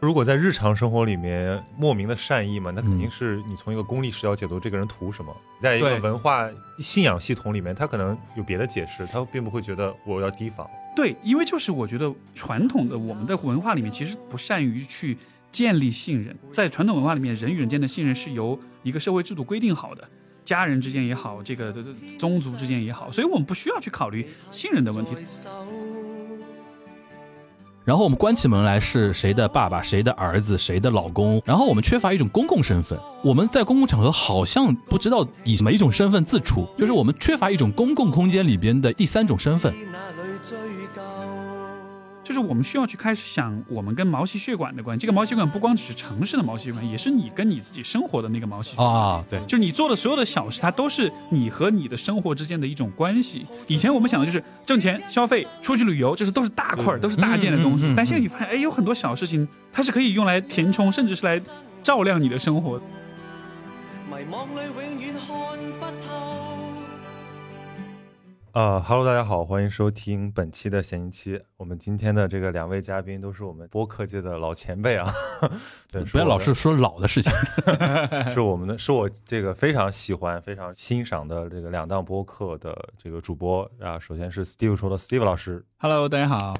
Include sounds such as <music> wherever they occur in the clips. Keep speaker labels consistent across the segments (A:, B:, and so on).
A: 如果在日常生活里面莫名的善意嘛，那肯定是你从一个功利视角解读这个人图什么，在一个
B: 对
A: 文化信仰系统里面，他可能有别的解释，他并不会觉得我要提防。
B: 对，因为就是我觉得传统的我们的文化里面，其实不善于去建立信任。在传统文化里面，人与人间的信任是由一个社会制度规定好的，家人之间也好，这个这这宗族之间也好，所以我们不需要去考虑信任的问题。
C: 然后我们关起门来是谁的爸爸、谁的儿子、谁的老公，然后我们缺乏一种公共身份，我们在公共场合好像不知道以每一种身份自处，就是我们缺乏一种公共空间里边的第三种身份。
B: 就是我们需要去开始想我们跟毛细血管的关系。这个毛细血管不光只是城市的毛细血管，也是你跟你自己生活的那个毛细血管。
C: 啊，对，
B: 就是你做的所有的小事，它都是你和你的生活之间的一种关系。以前我们想的就是挣钱、消费、出去旅游，这是都是大块儿，都是大件的东西。
C: 嗯嗯嗯嗯
B: 但现在你发现，哎，有很多小事情，它是可以用来填充，甚至是来照亮你的生活。
A: 啊哈喽，大家好，欢迎收听本期的闲一期。我们今天的这个两位嘉宾都是我们播客界的老前辈啊， <laughs> 对，
C: 不要老
A: 是
C: 是说老的
B: <laughs>
C: 事情。
A: 我 <laughs> 的是我们的，是我这个非常喜欢、非常欣赏的这个两档播客的这个主播啊。首先是 Steve 说的 Steve 老师，
B: Hello，大家好，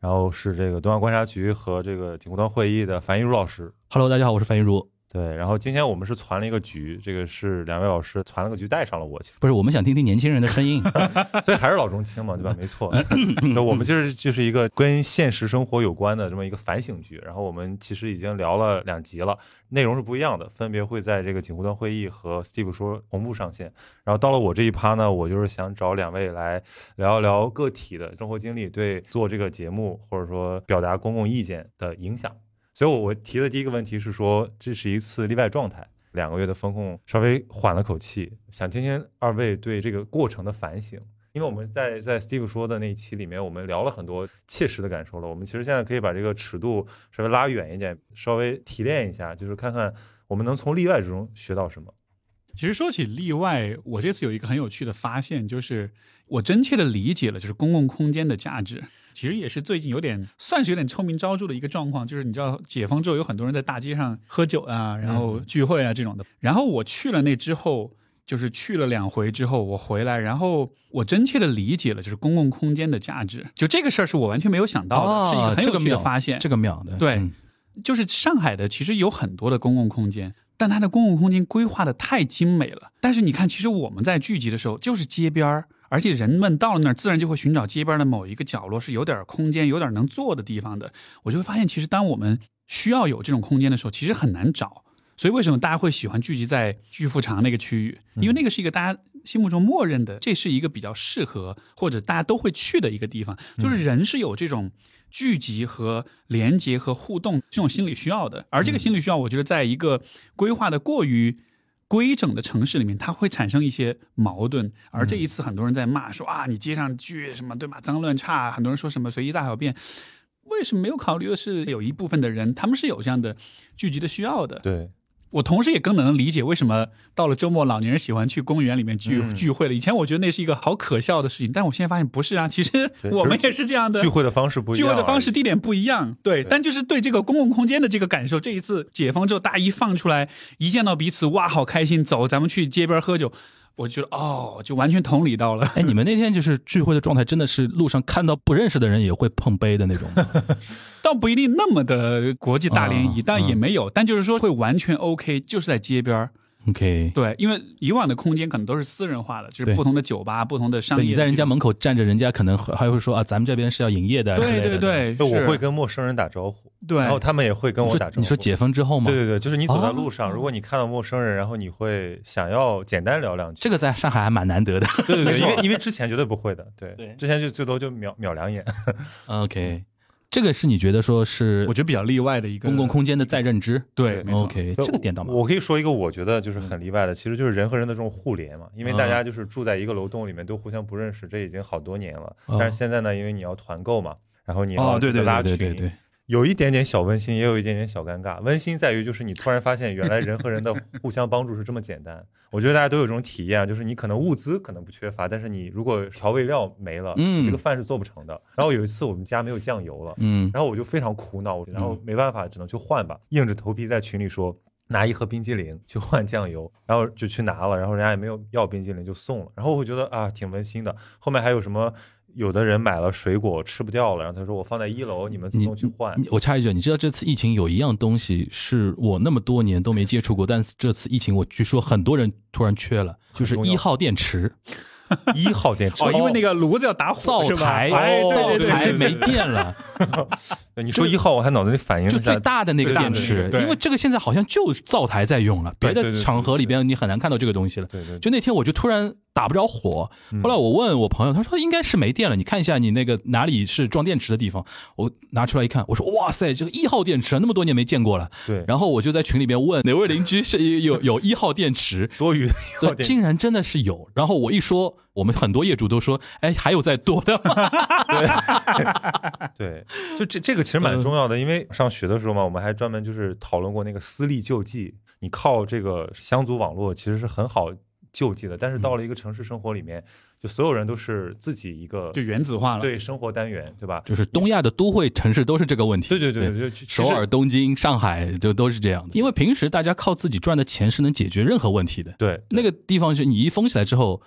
A: 然后是这个东亚观察局和这个警务端会议的樊一茹老师。
C: Hello，大家好，我是樊一茹。
A: 对，然后今天我们是攒了一个局，这个是两位老师攒了个局带上了我，其
C: 不是，我们想听听年轻人的
B: <laughs>
C: 声音。
B: 啊
A: 实 <laughs> 所以还是老中青嘛，对吧？没错，就我们就是就是一个跟现实生活有关的这么一个反省局。然后我们其实已经聊了两集了，内容是不一样的，分别会在这个警务端会议和 Steve 说同步上线。然后到了我这一趴呢，我就是想找两位来聊一聊个体的生活经历对做这个节目或者说表达公共意见的影响。所以我我提的第一个问题是说，这是一次例外状态，两个月的风控稍微缓了口气，想听听二位对这个过程的反省。因为我们在在 Steve 说的那一期里面，我们聊了很多切实的感受了。我们其实现在可以把这个尺度稍微拉远一点，稍微提炼一下，就是看看我们能从例外之中学到什么。
B: 其实说起例外，我这次有一个很有趣的发现，就是我真切的理解了，就是公共空间的价值。其实也是最近有点，算是有点臭名昭著的一个状况，就是你知道解封之后，有很多人在大街上喝酒啊，然后
C: 嗯
B: 聚会啊这种的。然后我去了那之后，就是去了两回之后，我回来，然后我真切的理解了，就是公共空间的价值。就这个事儿是我完全没有想到的，是一个很
C: 啊这
B: 有
C: 个
B: 趣的
C: 妙
B: 发现。
C: 哦这个妙的，
B: 对
C: 嗯
B: 就是上海的其实有很多的公共空间，但它的公共空间规划的太精美了。但是你看，其实我们在聚集的时候就是街边儿，而且人们到了那儿，自然就会寻找街边的某一个角落是有点空间、有点能坐的地方的。我就会发现，其实当我们需要有这种空间的时候，其实很难找。所以为什么大家会喜欢聚集在巨富长那个区域？因为那个是一个大家心目中默认的，这是一个比较适合或者大家都会去的一个地方。就是人是有这种聚集和连接和互动这种心理需要的，而这个心理需要，我觉得在一个规划的过于。规整的城市里面，它会产生一些矛盾，而这一次很多人在骂说啊，你街上聚什么对吧，脏乱差，很多人说什么随地大小便，为什么没有考虑的是，有一部分的人他们是有这样的聚集的需要的。
A: 对，
B: 我同时也更能理解为什么到了周末，老年人喜欢去公园里面聚、
A: 嗯
B: 聚会了。以前我觉得那是一个好可笑的事情，但我现在发现不是啊，其实
A: <laughs> 对
B: 我们
A: 就是
B: 也是这样的
A: 聚。会的方式不一
B: 聚
A: 样，
B: 会的方式、。地点不一样，对，但就是对这个公共空间的这个感受，这一次解封之后，大家一放出来，一见到彼此，哇，好开心，走，咱们去街边喝酒，我觉得哦，就完全同理到了。 <laughs>
C: 哎，你们那天就是聚会的状态，真的是路上看到不认识的人也会碰杯的
B: <laughs>
C: 那种吗。
B: 倒不一定那么的国际大联谊，
C: 啊
B: 但也没有，但就是说会完全 OK，就是在街边儿。
C: OK，
B: 对，因为以往的空间可能都是私人化的，就是
C: 对
B: 不同的酒吧、不同的商
C: 对，
B: 业。
C: 你在人家。门口站着，人家可能还还会说啊，咱们这边是要营业的之类
B: 对对
C: 的。
B: 对，
A: 就我
B: 是
A: 会跟陌生人打招呼，
B: 对
A: 然后他们也会跟
C: 你
A: 我
C: 说
A: 打招呼。
C: 你说解封之后吗？
A: 对对对，就是你走在
C: 哦
A: 路上，如果你看到陌生人，然后你会想要简单聊两句。
C: 这个在上海还蛮
A: <laughs>
C: 难得的。
A: 对对对，因为因为之前绝对不会的，对
C: 对
A: 之前就最多就秒秒两眼。
C: OK，这个是你觉得说是
B: 我觉得比较例外的一个
C: 公共空间的再认知？
B: 对，没错。
C: OK，这个点倒蛮好。
A: 呃我可以说一个我觉得就是
C: 嗯
A: 很例外的，其实就是人和人的这种互联嘛，因
C: 啊
A: 为大家就是住在一个楼栋里面都互相不认识，这已经好多年了。
C: 嗯
A: 但是现在呢，因为你要团购嘛，然后你
C: 哦，
A: 要
C: 对对
A: 拉
C: 对对对
A: 群，
C: 对，
A: 有一点点小温馨，也有一点点小尴尬。温馨在于就是你突然发现，原来人和人的互相帮助是这么简单。我觉得大家都有这种体验，就是你可能物资可能不缺乏，但是你如果调味料没了，
C: 嗯
A: 这个饭是做不成的。然后有一次我们家没有酱油了，
C: 嗯
A: 然后我就非常苦恼，然后没办法，只能去换吧，硬着头皮在群里说。拿一盒冰激凌去换酱油，然后就去拿了，然后人家也没有要冰激凌就送了，然后我觉得啊挺温馨的。后面还有什么，有的人买了水果吃不掉了，然后他说我放在一楼，你们自动去换。
C: 你我插一句，啊你知道这次疫情有一样东西是我那么多年都没接触过，但是这次疫情我据说很多人突然缺了，就是
A: 重要
C: 一号电池，
A: 一号电池
B: 哦，因为那个炉子要打火
C: 灶
B: 是吧？啊
C: 台
A: 哎对
C: 灶
A: 对对
C: 台
A: 对对
C: 没
A: 对 <laughs>
C: 电了，
A: 对你说一号，我还脑子里反应
C: 就
A: 了一
C: 最
A: 下，
C: 大的那个
B: 最大
C: 电
B: 的那个
C: 池，
B: 对
C: 因为这个现在好像就灶台在用了，别
A: 对对
C: 的
A: 对
C: 场合里边你很难看到这个东西了。
A: 对对，对
C: 就那天我就突然打不着火，
A: 嗯
C: 后来我问我朋友，他说应该是没电了，你看一下你那个哪里是装电池的地方。我拿出来一看，我说哇塞，这个一号电池啊那么多年没见过了。
A: 对，
C: 然后我就在群里边问哪位邻居是有有一号电池，
A: 多余的 <laughs> 一
C: 对
A: 号，电池，
C: 竟然真的是有。然后我一说，我们很多业主都说，哎，还有再多的吗？ <laughs>
A: 对，就这这个其实蛮重要的，因为上学的时候嘛，我们还专门就是讨论过那个私力救济，你靠这个乡族网络其实是很好救济的，但是到了一个城市生活里面，就所有人都是自己一个
B: 就原子化了。
A: 对生活单元，对吧？
C: 就是东亚的都会城市都是这个问题。
A: 对对对对，就其实
C: 首尔、东京、上海就都是这样的，因为平时大家靠自己赚的钱是能解决任何问题的。
A: 对
C: 那个地方是你一封起来之后，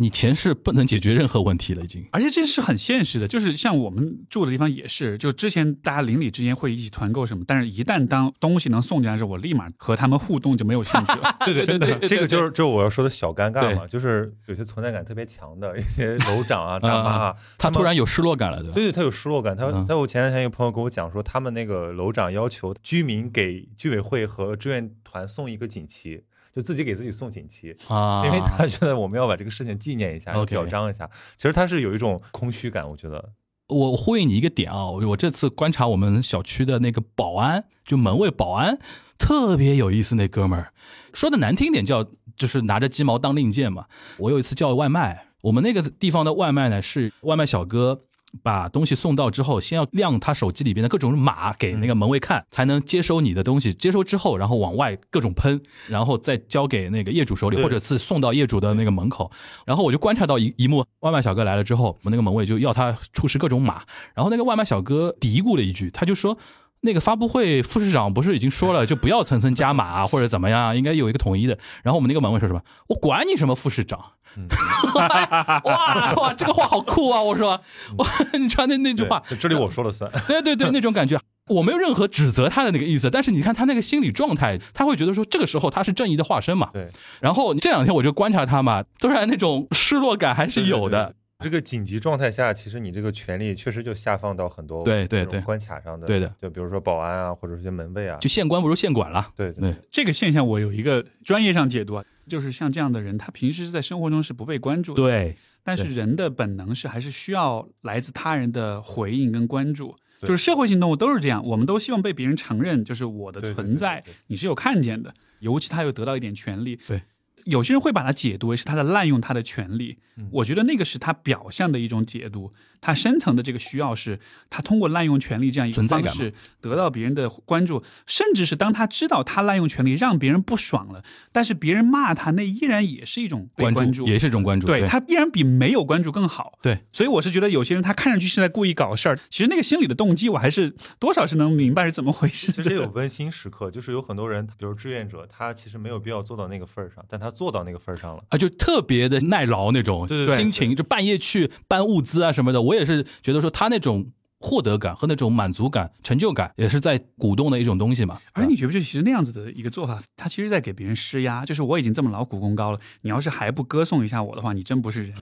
C: 你钱是不能解决任何问题了，已经。
B: 而且这是很现实的，就是像我们住的地方也是，就之前大家邻里之间会一起团购什么，但是一旦当东西能送进来的时候，我立马和他们互动就没有兴趣了。 <laughs>
A: 对对对
C: 对
A: 对，
C: 对
A: 这个就是就是我要说的小尴尬嘛，就是有些存在感特别强的一些楼长啊、大妈啊，
C: 他
A: 他们
C: 突然有失落感了，对吧？
A: 对对，他有失落感。他
C: 嗯
A: 在我前两天有朋友跟我讲说，他们那个楼长要求居民给居委会和志愿团送一个锦旗，就自己给自己送锦旗，
C: 啊，
A: <laughs> 因为他觉得我们要把这个事情纪念一下，要
C: OK
A: 表彰一下。其实他是有一种空虚感，我觉得。
C: 我呼应你一个点啊，我我这次观察我们小区的那个保安，就门卫保安，特别有意思。那哥们儿说的难听点叫就是拿着鸡毛当令箭嘛。我有一次叫外卖，我们那个地方的外卖呢是外卖小哥。把东西送到之后，先要亮他手机里边的各种码给那个门卫看，才能接收你的东西。接收之后，然后往外各种喷，然后再交给那个业主手里，
A: 对
C: 或者是送到业主的那个门口。然后我就观察到一一幕，外卖小哥来了之后，我们那个门卫就要他出示各种码，然后那个外卖小哥嘀咕了一句，他就说。那个发布会副市长不是已经说了，就不要层层加码、啊、 <laughs> 或者怎么样，应该有一个统一的。然后我们那个门卫说什么？我管你什么副市长！ <laughs> 哇哇，这个话好酷啊！我说， <laughs> 哇，你穿的那句
A: 对
C: 话，
A: 就这里我说了算。
C: 对对对，那种感觉，我没有任何指责他的那个意思，但是你看他那个心理状态，他会觉得说这个时候他是正义的化身嘛。
A: 对。
C: 然后这两天我就观察他嘛，突然那种失落感还 <laughs> 是有的。
A: 这个紧急状态下，其实你这个权利确实就下放到很多
C: 对对
A: 这种
C: 对
A: 关卡上的，
C: 对的，
A: 就比如说保安啊，或者是些门卫啊，
C: 就县官不如县管了。
A: 对
C: 对，
B: 这个现象我有一个专业上解读，啊，就是像这样的人，他平时是在生活中是不被关注的，
C: 对，
B: 但是人的本能是还是需要来自他人的回应跟关注。
A: 对
B: 就是社会性动物都是这样，我们都希望被别人承认，就是我的
A: 对对
B: 存在
A: 对对对，
B: 你是有看见的。尤其他又得到一点权利，
C: 对，
B: 有些人会把它解读为是他在滥用他的权利
A: 嗯。
B: 我觉得那个是他表象的一种解读，他深层的这个需要是他通过滥用权利这样一个
C: 存在感
B: 方
C: 嘛
B: 式得到别人的关注，甚至是当他知道他滥用权利让别人不爽了，但是别人骂他，那依然也是一种被
C: 关注
B: 注，
C: 也是一种关注。
B: 对
C: 对
B: 他依然比没有关注更好。
C: 对，
B: 所以我是觉得有些人他看上去是在故意搞事儿，其实那个心理的动机我还是多少是能明 <laughs> 白是怎么回事
A: 其实也有
B: 的。
A: 温馨时刻，就是有很多人，比如志愿者，他其实没有必要做到那个份儿上，但他做到那个份儿上了。
C: 啊，就特别的耐劳那种
A: 对对对
C: 心情，就半夜去搬物资啊什么的。我也是觉得说他那种获得感和那种满足感、成就感，也是在鼓动的一种东西嘛。
B: 而你觉不觉得，其实那样子的一个做法，他其实在给别人施压，就是我已经这么劳苦功高了，你要是还不歌颂一下我的话，你真不是人。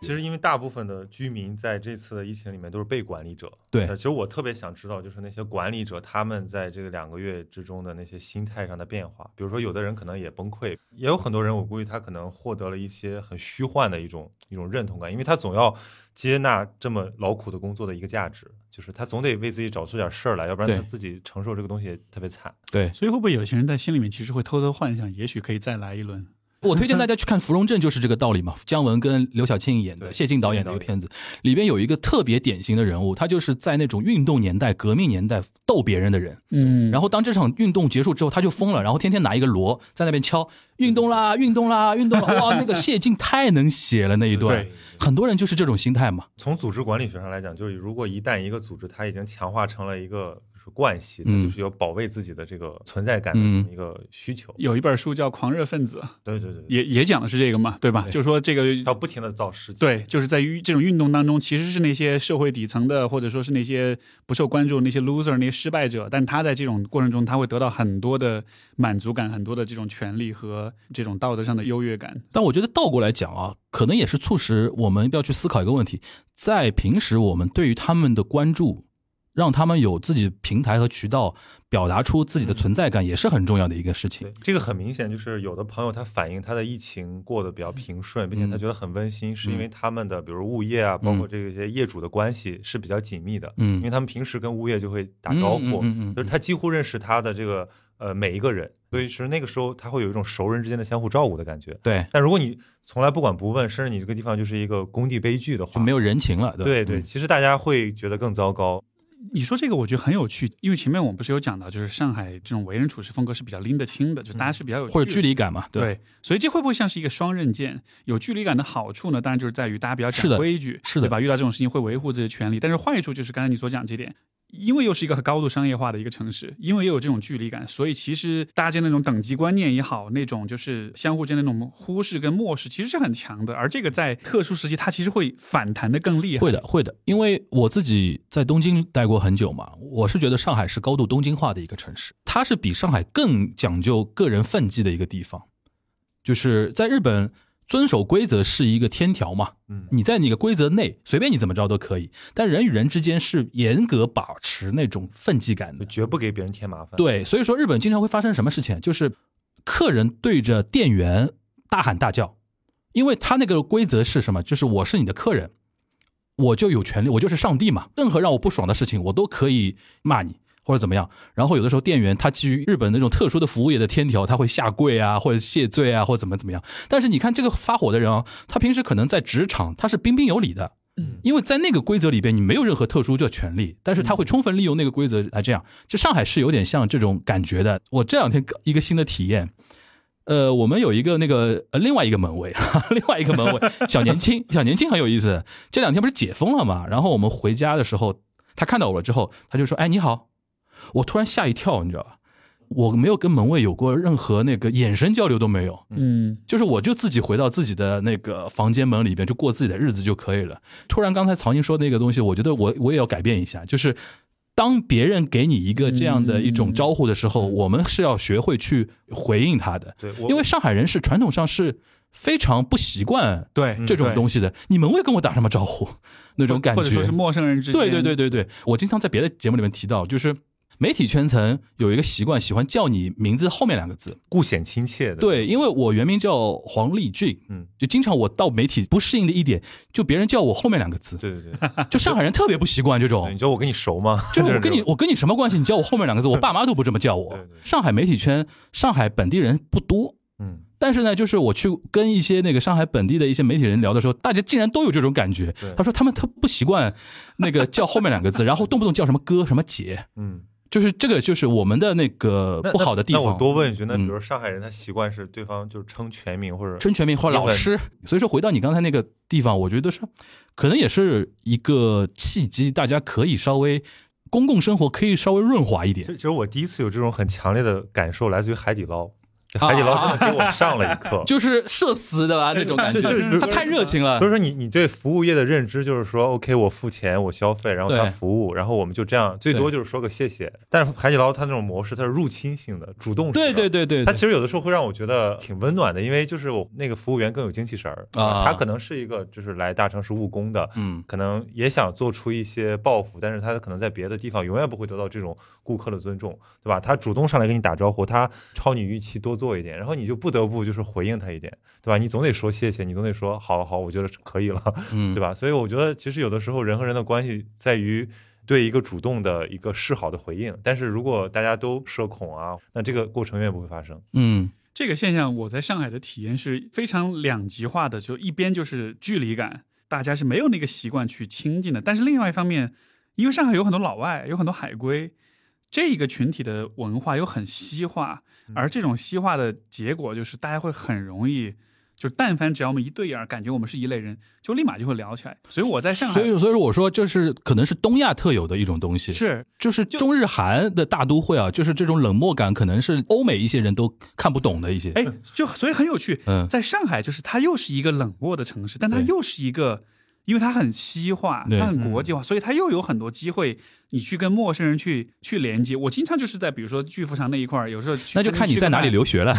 A: 其实因为大部分的居民在这次的疫情里面都是被管理者，
C: 对
A: 呃其实我特别想知道，就是那些管理者他们在这个两个月之中的那些心态上的变化。比如说，有的人可能也崩溃，也有很多人，我估计他可能获得了一些很虚幻的一种一种认同感，因为他总要接纳这么劳苦的工作的一个价值，就是他总得为自己找出点事儿来，要不然
C: 对
A: 他自己承受这个东西也特别惨。
C: 对，
B: 所以会不会有些人在心里面其实会偷偷幻想，也许可以再来一轮？
C: 我推荐大家去看《芙蓉镇》，就是这个道理 <laughs> 嘛。姜文跟刘晓庆演的，
A: 对
C: 谢晋导演的一个片子，里边有一个特别典型的人物，他就是在那种运动年代、革命年代斗别人的人。
B: 嗯，
C: 然
B: 后
C: 后当这场运动结束之后，他就疯了，然后天天拿一个锣在那边敲，运动啦，运动啦，运动啦！哇，那个谢晋太能写了那一段
A: 对，
C: 很多人就是这种心态嘛。
A: 从组织管理学上来讲，就是如果一旦一个组织它已经强化成了一个就是惯习，它
C: 嗯
A: 就是有保卫自己的这个存在感的这么一个需求。
B: 有一本书叫《狂热分子》，
A: 对对对对，
B: 也也讲的是这个嘛，对吧？
A: 对
B: 就是说这个
A: 要不停的造事情。
B: 对，就是在于这种运动当中，其实是那些社会底层的，或者说是那些不受关注、那些 loser、那些失败者，但他在这种过程中，他会得到很多的满足感，很多的这种权利和这种道德上的优越感。
C: 但我觉得倒过来讲啊，可能也是促使我们要去思考一个问题：在平时我们对于他们的关注，让他们有自己平台和渠道表达出自己的存在感，也是很重要的一个事情
A: 嗯对。，这个很明显，就是有的朋友他反映他的疫情过得比较平顺，并且
C: 嗯
A: 他觉得很温馨，是因为他们的比如物业啊，包括这些业主的关系是比较紧密的，
C: 嗯
A: 因为他们平时跟物业就会打招呼，
C: 嗯嗯嗯嗯
A: 就是他几乎认识他的这个呃每一个人，所以是那个时候他会有一种熟人之间的相互照顾的感觉。
C: 对，
A: 但如果你从来不管不问，甚至你这个地方就是一个工地悲剧的话，
C: 就没有嗯人情了，对吧？
A: 对对，其实大家会觉得更糟糕。
B: 你说这个，我觉得很有趣，因为前面我们不是有讲到，就是上海这种为人处事风格是比较拎得清的，就是大家是比较有
C: 嗯，或者距
B: 离。
C: 离感嘛，吧
B: 对，所以这会不会像是一个双刃剑？有距离感的好处呢，当然就是在于大家比较
C: 是
B: 讲
C: 的
B: 规矩，
C: 是的
B: 对吧？遇到这种事情会维护自己的权利，但是坏处就是刚才你所讲这点，因为又是一个高度商业化的一个城市，因为又有这种距离感，所以其实大家间那种等级观念也好，那种就是相互间那种忽视跟漠视，其实是很强的。而这个在特殊时期，它其实会反弹的更厉害。
C: 会的，会的，因为我自己在东京待过很久嘛，我是觉得上海是高度东京化的一个城市，它是比上海更讲究个人奋际的一个地方。就是在日本，遵守规则是一个天条嘛，
A: 嗯，
C: 你在你的规则内，随便你怎么着都可以，但人与人之间是严格把持那种奋际感
A: 就
C: 的。
A: 绝不给别人添麻烦。，
C: 对，所以说日本经常会发生什么事情，就是客人对着店员大喊大叫，因为他那个规则是什么？就是我是你的客人，我就有权利，我就是上帝嘛，任何让我不爽的事情，我都可以骂你。或者怎么样，然后有的时候店员他基于日本那种特殊的服务业的天条，他会下跪啊，或者谢罪啊，或者怎么怎么样。但是你看这个发火的人啊，他平时可能在职场他是彬彬有礼的，因为在那个规则里边你没有任何特殊的权利，但是他会充分利用那个规则来这样。就上海是有点像这种感觉的。我这两天一个新的体验，呃，我们有一个那个呃另外一个门卫， <laughs> 哈哈另外一个门卫小年轻，小年轻很有意思。这两天不是解封了嘛，然后我们回家的时候，他看到我了之后，他就说：“哎，你好！”我突然吓一跳，你知道吧？我没有跟门卫有过任何那个眼神交流都没有，
B: 嗯，
C: 就是我就自己回到自己的那个房间门里边，就过自己的日子就可以了。突然刚才曹宁说那个东西，我觉得我我也要改变一下，就是当别人给你一个这样的一种
B: 嗯
C: 招呼的时候，我们是要学会去回应他的，
A: 对我
C: 因为上海人是传统上是非常不习惯
B: 嗯对，
C: 嗯这种东西的。你门卫跟我打什么招呼？那种感觉，
B: 或者说是陌生人之间，
C: 对对对对对，我经常在别的节目里面提到，就是媒体圈层有一个习惯，喜欢叫你名字后面两个字。
A: 顾显亲切的。
C: 对，因为我原名叫黄立俊，
A: 嗯，
C: 就经常我到媒体不适应的一点，就别人叫我后面两个字，
A: 对对对，
C: 就上海人特别不习惯这
A: 你
C: 种。
A: 觉得我跟你熟吗？
C: 就是我
A: 这
C: 跟你
A: 种
C: 我跟你什么关系？你叫我后面两个字，我爸妈都不这么叫我
A: <laughs> 对对。
C: 上海媒体圈，上海本地人不多，
A: 嗯，
C: 但是呢，就是我去跟一些那个上海本地的一些媒体人聊的时候，大家竟然都有这种感觉
A: 对。
C: 他说他们特不习惯那个叫后面两个字，然后动不动叫什么哥什么姐，
A: 嗯，
C: 就是这个就是我们的那个
A: 那
C: 不好的地方。
A: 那那我多问一句，那比
C: 嗯
A: 如上海人他习惯是对方就是称全名或者
C: 称全名或者老师。所以说，回到你刚才那个地方，我觉得是可能也是一个契机，大家可以稍微公共生活可以稍微润滑一
A: 其
C: 点。
A: 实其实我第一次有这种很强烈的感受，来自于海底捞，
C: 啊
A: 海底捞真的
C: <laughs>
A: 给我上了一课。
C: 就是社死的吧，那种感觉
A: 就是就是，
C: 他太热情了
A: 所。以说你你对服务业的认知就是说，OK，我付钱，我消费，然后他
C: 对
A: 服务，然后我们就这样，最多就是说个谢谢。但是海底捞它那种模式，它是入侵性的、主动式
C: 对
A: 的。
C: 对对对，
A: 它
C: 对
A: 其实有的时候会让我觉得挺温暖的，因为就是我那个服务员更有精气神儿
C: 啊
A: 他可能是一个就是来大城市务工的，
C: 嗯，
A: 可能也想做出一些报复，但是他可能在别的地方永远不会得到这种顾客的尊重，对吧？他主动上来跟你打招呼，他超你预期多做一点，然后你就不得不就是回应他一点，对吧？你总得说谢谢，你总得说好好，我觉得可以了， <laughs>
C: 嗯
A: 对吧？所以我觉得其实有的时候人和人的关系在于。对一个主动的一个示好的回应，但是如果大家都社恐啊，那这个过程永远不会发生。
C: 嗯，
B: 这个现象我在上海的体验是非常两极化的，就一边就是距离感，大家是没有那个习惯去亲近的，但是另外一方面，因为上海有很多老外，有很多海归。这个群体的文化又很西化，
C: 嗯
B: 而这种西化的结果就是大家会很容易，就是但凡只要我们一对眼儿，感觉我们是一类人，就立马就会聊起来。所以我在上海
C: 所以所以说我说这是可能是东亚特有的一种东西，
B: 是
C: 就是中日韩的大都会啊，就是这种冷漠感，可能是欧美一些人都看不懂的一些。
B: 哎，就所以很有趣。
C: 嗯
B: 在上海，就是它又是一个冷漠的城市，但它
C: 对
B: 又是一个，因为它很西化，
C: 对嗯
B: 它很国际化，所以它又有很多机会你去跟陌生人去去连接。我经常就是在比如说巨富场那一块儿，有时候去
C: 那就看你在哪里。留学了。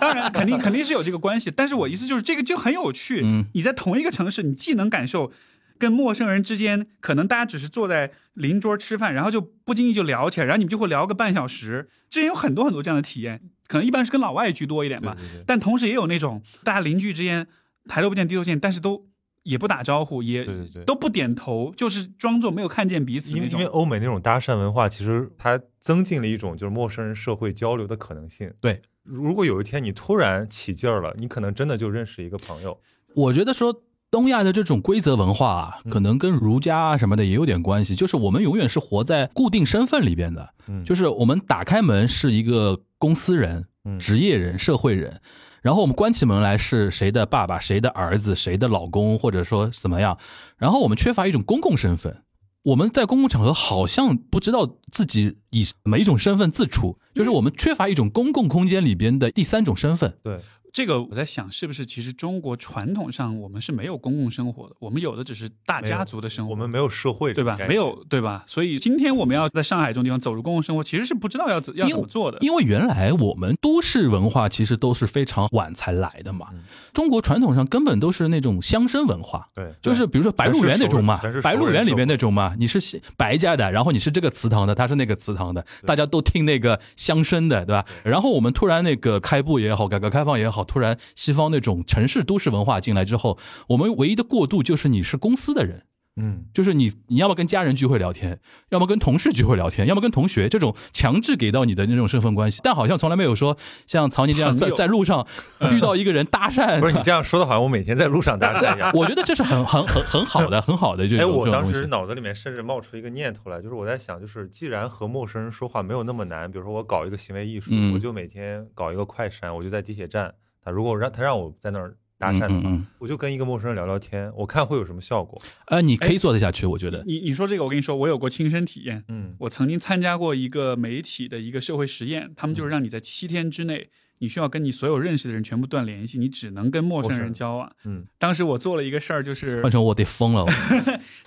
B: 当然，肯定肯定是有这个关系。但是我意思就是，这个就很有趣。
C: 嗯
B: 你在同一个城市，你既能感受跟陌生人之间，可能大家只是坐在邻桌吃饭，然后就不经意就聊起来，然后你们就会聊个半小时。之前有很多很多这样的体验，可能一般是跟老外居多一点吧。
A: 对对对
B: 但同时也有那种大家邻居之间抬头不见低头见，但是都也不打招呼，也
A: 对对对
B: 都不点头，就是装作没有看见彼此
A: 因为
B: 那
A: 因为
B: 种。
A: 欧美那种搭讪文化，其实它增进了一种就是陌生人社会交流的可能性。
C: 对，
A: 如果有一天你突然起劲儿了，你可能真的就认识一个朋友。
C: 我觉得说东亚的这种规则文化啊，
A: 嗯
C: 可能跟儒家啊什么的也有点关系，就是我们永远是活在固定身份里边的，
A: 嗯，
C: 就是我们打开门是一个公司人、
A: 嗯
C: 职业人、社会人。然后我们关起门来是谁的爸爸、谁的儿子、谁的老公，或者说怎么样？然后我们缺乏一种公共身份，我们在公共场合好像不知道自己以每一种身份自处，
A: 嗯
C: 就是我们缺乏一种公共空间里边的第三种身份。
A: 对，
B: 这个我在想，是不是其实中国传统上我们是没有公共生活的，我们有的只是大家族的生活，
A: 我们没有社会这
B: 对
A: 个
B: 吧
A: 概？念
B: 没有对吧？所以今天我们要在上海这种地方走入公共生活，其实是不知道要怎要
C: 因
B: 怎
C: 为
B: 么做的。
C: 因为原来我们都市文化其实都是非常晚才来的嘛，
A: 嗯
C: 中国传统上根本都是那种乡绅文化。
A: 对，
C: 就是比如说白鹿原那种嘛
A: 全是熟人全是，熟
C: 白
A: 人
C: 鹿原里面那种嘛，你是西白家的，然后你是这个祠堂的，他是那个祠堂的，大家都听那个乡绅的，对吧？然后我们突然那个开埠也好，改革开放也好，突然西方那种城市都市文化进来之后，我们唯一的过渡就是你是公司的人，
A: 嗯，
C: 就是你你要么跟家人聚会聊天，要么跟同事聚会聊天，要么跟同学，这种强制给到你的那种身份关系，但好像从来没有说像曹宁这样
B: 朋
C: 在
B: 友
C: 在路上遇到一个人搭讪，。
A: 不是你这样说的，好像我每天在路上搭讪一样
C: 我觉得这是很很很很好的，很好的这
A: 哎，
C: 种
A: 我
C: 这种
A: 当
C: 东
A: 时
C: 西。
A: 脑子里面甚至冒出一个念头来，就是我在想，就是既然和陌生人说话没有那么难，比如说我搞一个行为艺术，
C: 嗯
A: 我就每天搞一个快闪，我就在地铁站，他如果让他让我在那儿搭
C: 嗯
A: 讪的话，
C: 嗯嗯，
A: 我就跟一个陌生人聊聊天，我看会有什么效果。
C: 呃，你
B: 哎
C: 可以做得下去，我觉得。
B: 你你说这个，我跟你说，我有过亲身体验。
A: 嗯，
B: 我曾经参加过一个媒体的一个社会实验，他们就是让你在七天之内，你需要跟你所有认识的人全部断联系，你只能跟陌生
A: 陌生
B: 人
A: 人
B: 交往。
A: 嗯，
B: 当时我做了一个事儿，
C: <laughs>
B: 就是
C: 换成我得疯了，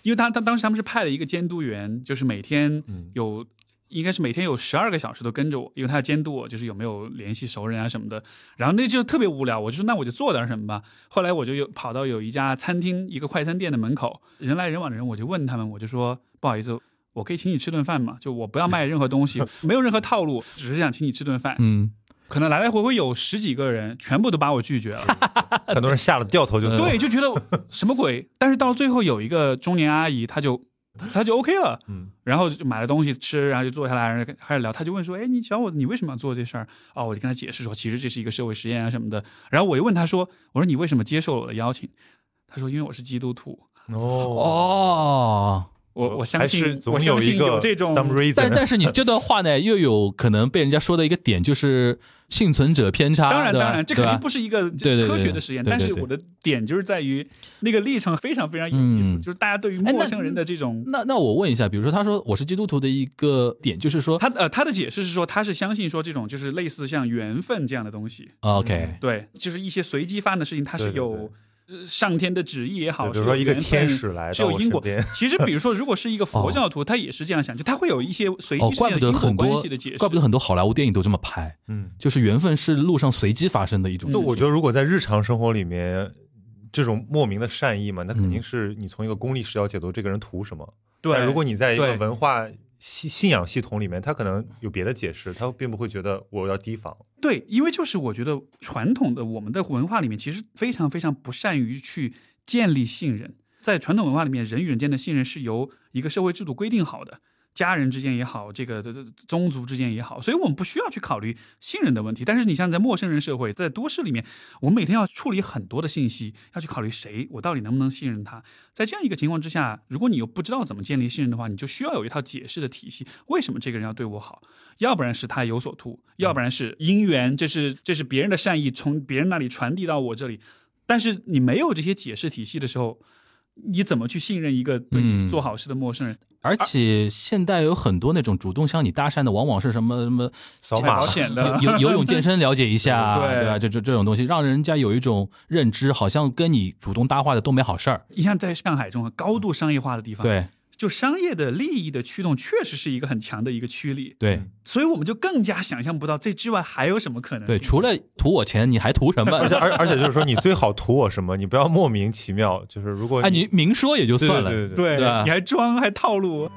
B: 因为他他当时他们是派了一个监督员，就是每天
A: 嗯
B: 有、应该是每天有十二个小时都跟着我，因为他要监督我，就是有没有联系熟人啊什么的。然后那就特别无聊，我就说那我就做点什么吧。后来我就有跑到有一家餐厅一个快餐店的门口，人来人往的人，我就问他们，我就说不好意思。我可以请你吃顿饭吗？就我不要卖任何东西，没有任何套路，只是想请你吃顿饭。
C: 嗯，
B: 可能来来回回有十几个人，全部都把我拒绝了。
C: 呃
A: 很多人下了掉头
C: 嗯
A: 就走。
B: 对，就觉得什么
C: <laughs>
B: 鬼。但是到最后有一个中年阿姨，她就她就 OK 了，
A: 嗯，
B: 然后就买了东西吃，然后就坐下来，然后就开始聊。她就问说：“哎，你小伙子，你为什么要做这事儿？”哦，我就跟她解释说，其实这是一个社会实验啊什么的。然后我又问她说：“我说你为什么接受我的邀请？”她说：“因为我是基督徒，
A: 哦
C: 哦，
B: 我我相
A: 还是
B: 信，
A: 总
B: 我相信
A: 一个
B: 有这种
A: some reason，
C: 但但是你这段话呢，又有可能被人家说的一个点就是幸存者偏差，
B: 当然，
C: 对吧
B: 当然，这肯
C: 对吧
B: 定不是一个
C: 对对
B: 科学
C: 对
B: 的实验，
C: 对
B: 但
C: 对
B: 是
C: 对
B: 我的点就是在于那个历程非常非常有意思，
C: 嗯
B: 就是大家对于
C: 哎那
B: 陌生人的这种
C: 那那我问一下，比如说他说我是基督徒的一个点，就是说
B: 他呃，他的解释是说，他是相信说这种就是类似像缘分这样的东西，
C: ，OK，
B: 对，就是一些随机发生的事情，它是
A: 对对
B: 有呃上天的旨意也好，
A: 比
B: 是
A: 如
B: 有
A: 说一个
B: 缘分
A: 天使来
B: 是
A: 到
B: 有
A: 我
B: 因
A: 身
B: 果
A: 边，哦
B: 其实，比如说，如果
A: <laughs>
B: 是一个佛教徒，他也是这样想，就他会有一些随
C: 哦
B: 机，事
C: 怪
B: 件
C: 不
B: 的
C: 得
B: 因果
C: 很
B: 关
C: 多
B: 系的解释，，
C: 怪不得很多好莱坞电影都这么拍，
A: 嗯，
C: 就是缘分是路上随机发生的一种
B: 嗯
C: 事
A: 那
C: 情。
A: 我觉得，如果在日常生活里面，这种莫名的善意嘛，那肯定
C: 嗯
A: 是你从一个功利视角解读这个人图什么。
B: 对，
A: 但哎如果你在一个
B: 对
A: 文化信信仰系统里面，他可能有别的解释，他并不会觉得我要提防。
B: 对，因为就是我觉得传统的我们的文化里面，其实非常非常不善于去建立信任。在传统文化里面，人与人间的信任是由一个社会制度规定好的。家人之间也好，这个这这宗族之间也好，所以我们不需要去考虑信任的问题。但是你像在陌生人社会，在都市里面，我们每天要处理很多的信息，要去考虑谁，我到底能不能信任他。在这样一个情况之下，如果你又不知道怎么建立信任的话，你就需要有一套解释的体系，为什么这个人要对我好？要不然是他有所图，要不然是因缘，这是这是别人的善意从别人那里传递到我这里。但是你没有这些解释体系的时候，你怎么去信任一个对你
C: 嗯
B: 做好事的陌生人？
C: 而且现代有很多那种主动向你搭讪的，往往是什么什么
A: 扫
B: 买
A: 码
B: 保险的，
C: 游游泳健身了解一下，
B: 对
C: 对吧？这这这种东西，让人家有一种认知，好像跟你主动搭话的都没好事儿。
B: 你像在上海这种高度商业化的地方，，
C: 对
B: 就商业的利益的驱动，确实是一个很强的一个驱力，
C: 对
A: 嗯
B: 所以我们就更加想象不到这之外还有什么可能性。
C: 对，除了图我钱，你还图什么？
A: 而且而而且就是说，你最好图我什么？你不要莫名其妙。就是如果
C: 哎，你明说也就
A: 对对
C: 算了，
A: 对对对
B: 对
C: 对啊吧
B: 你还装还套路，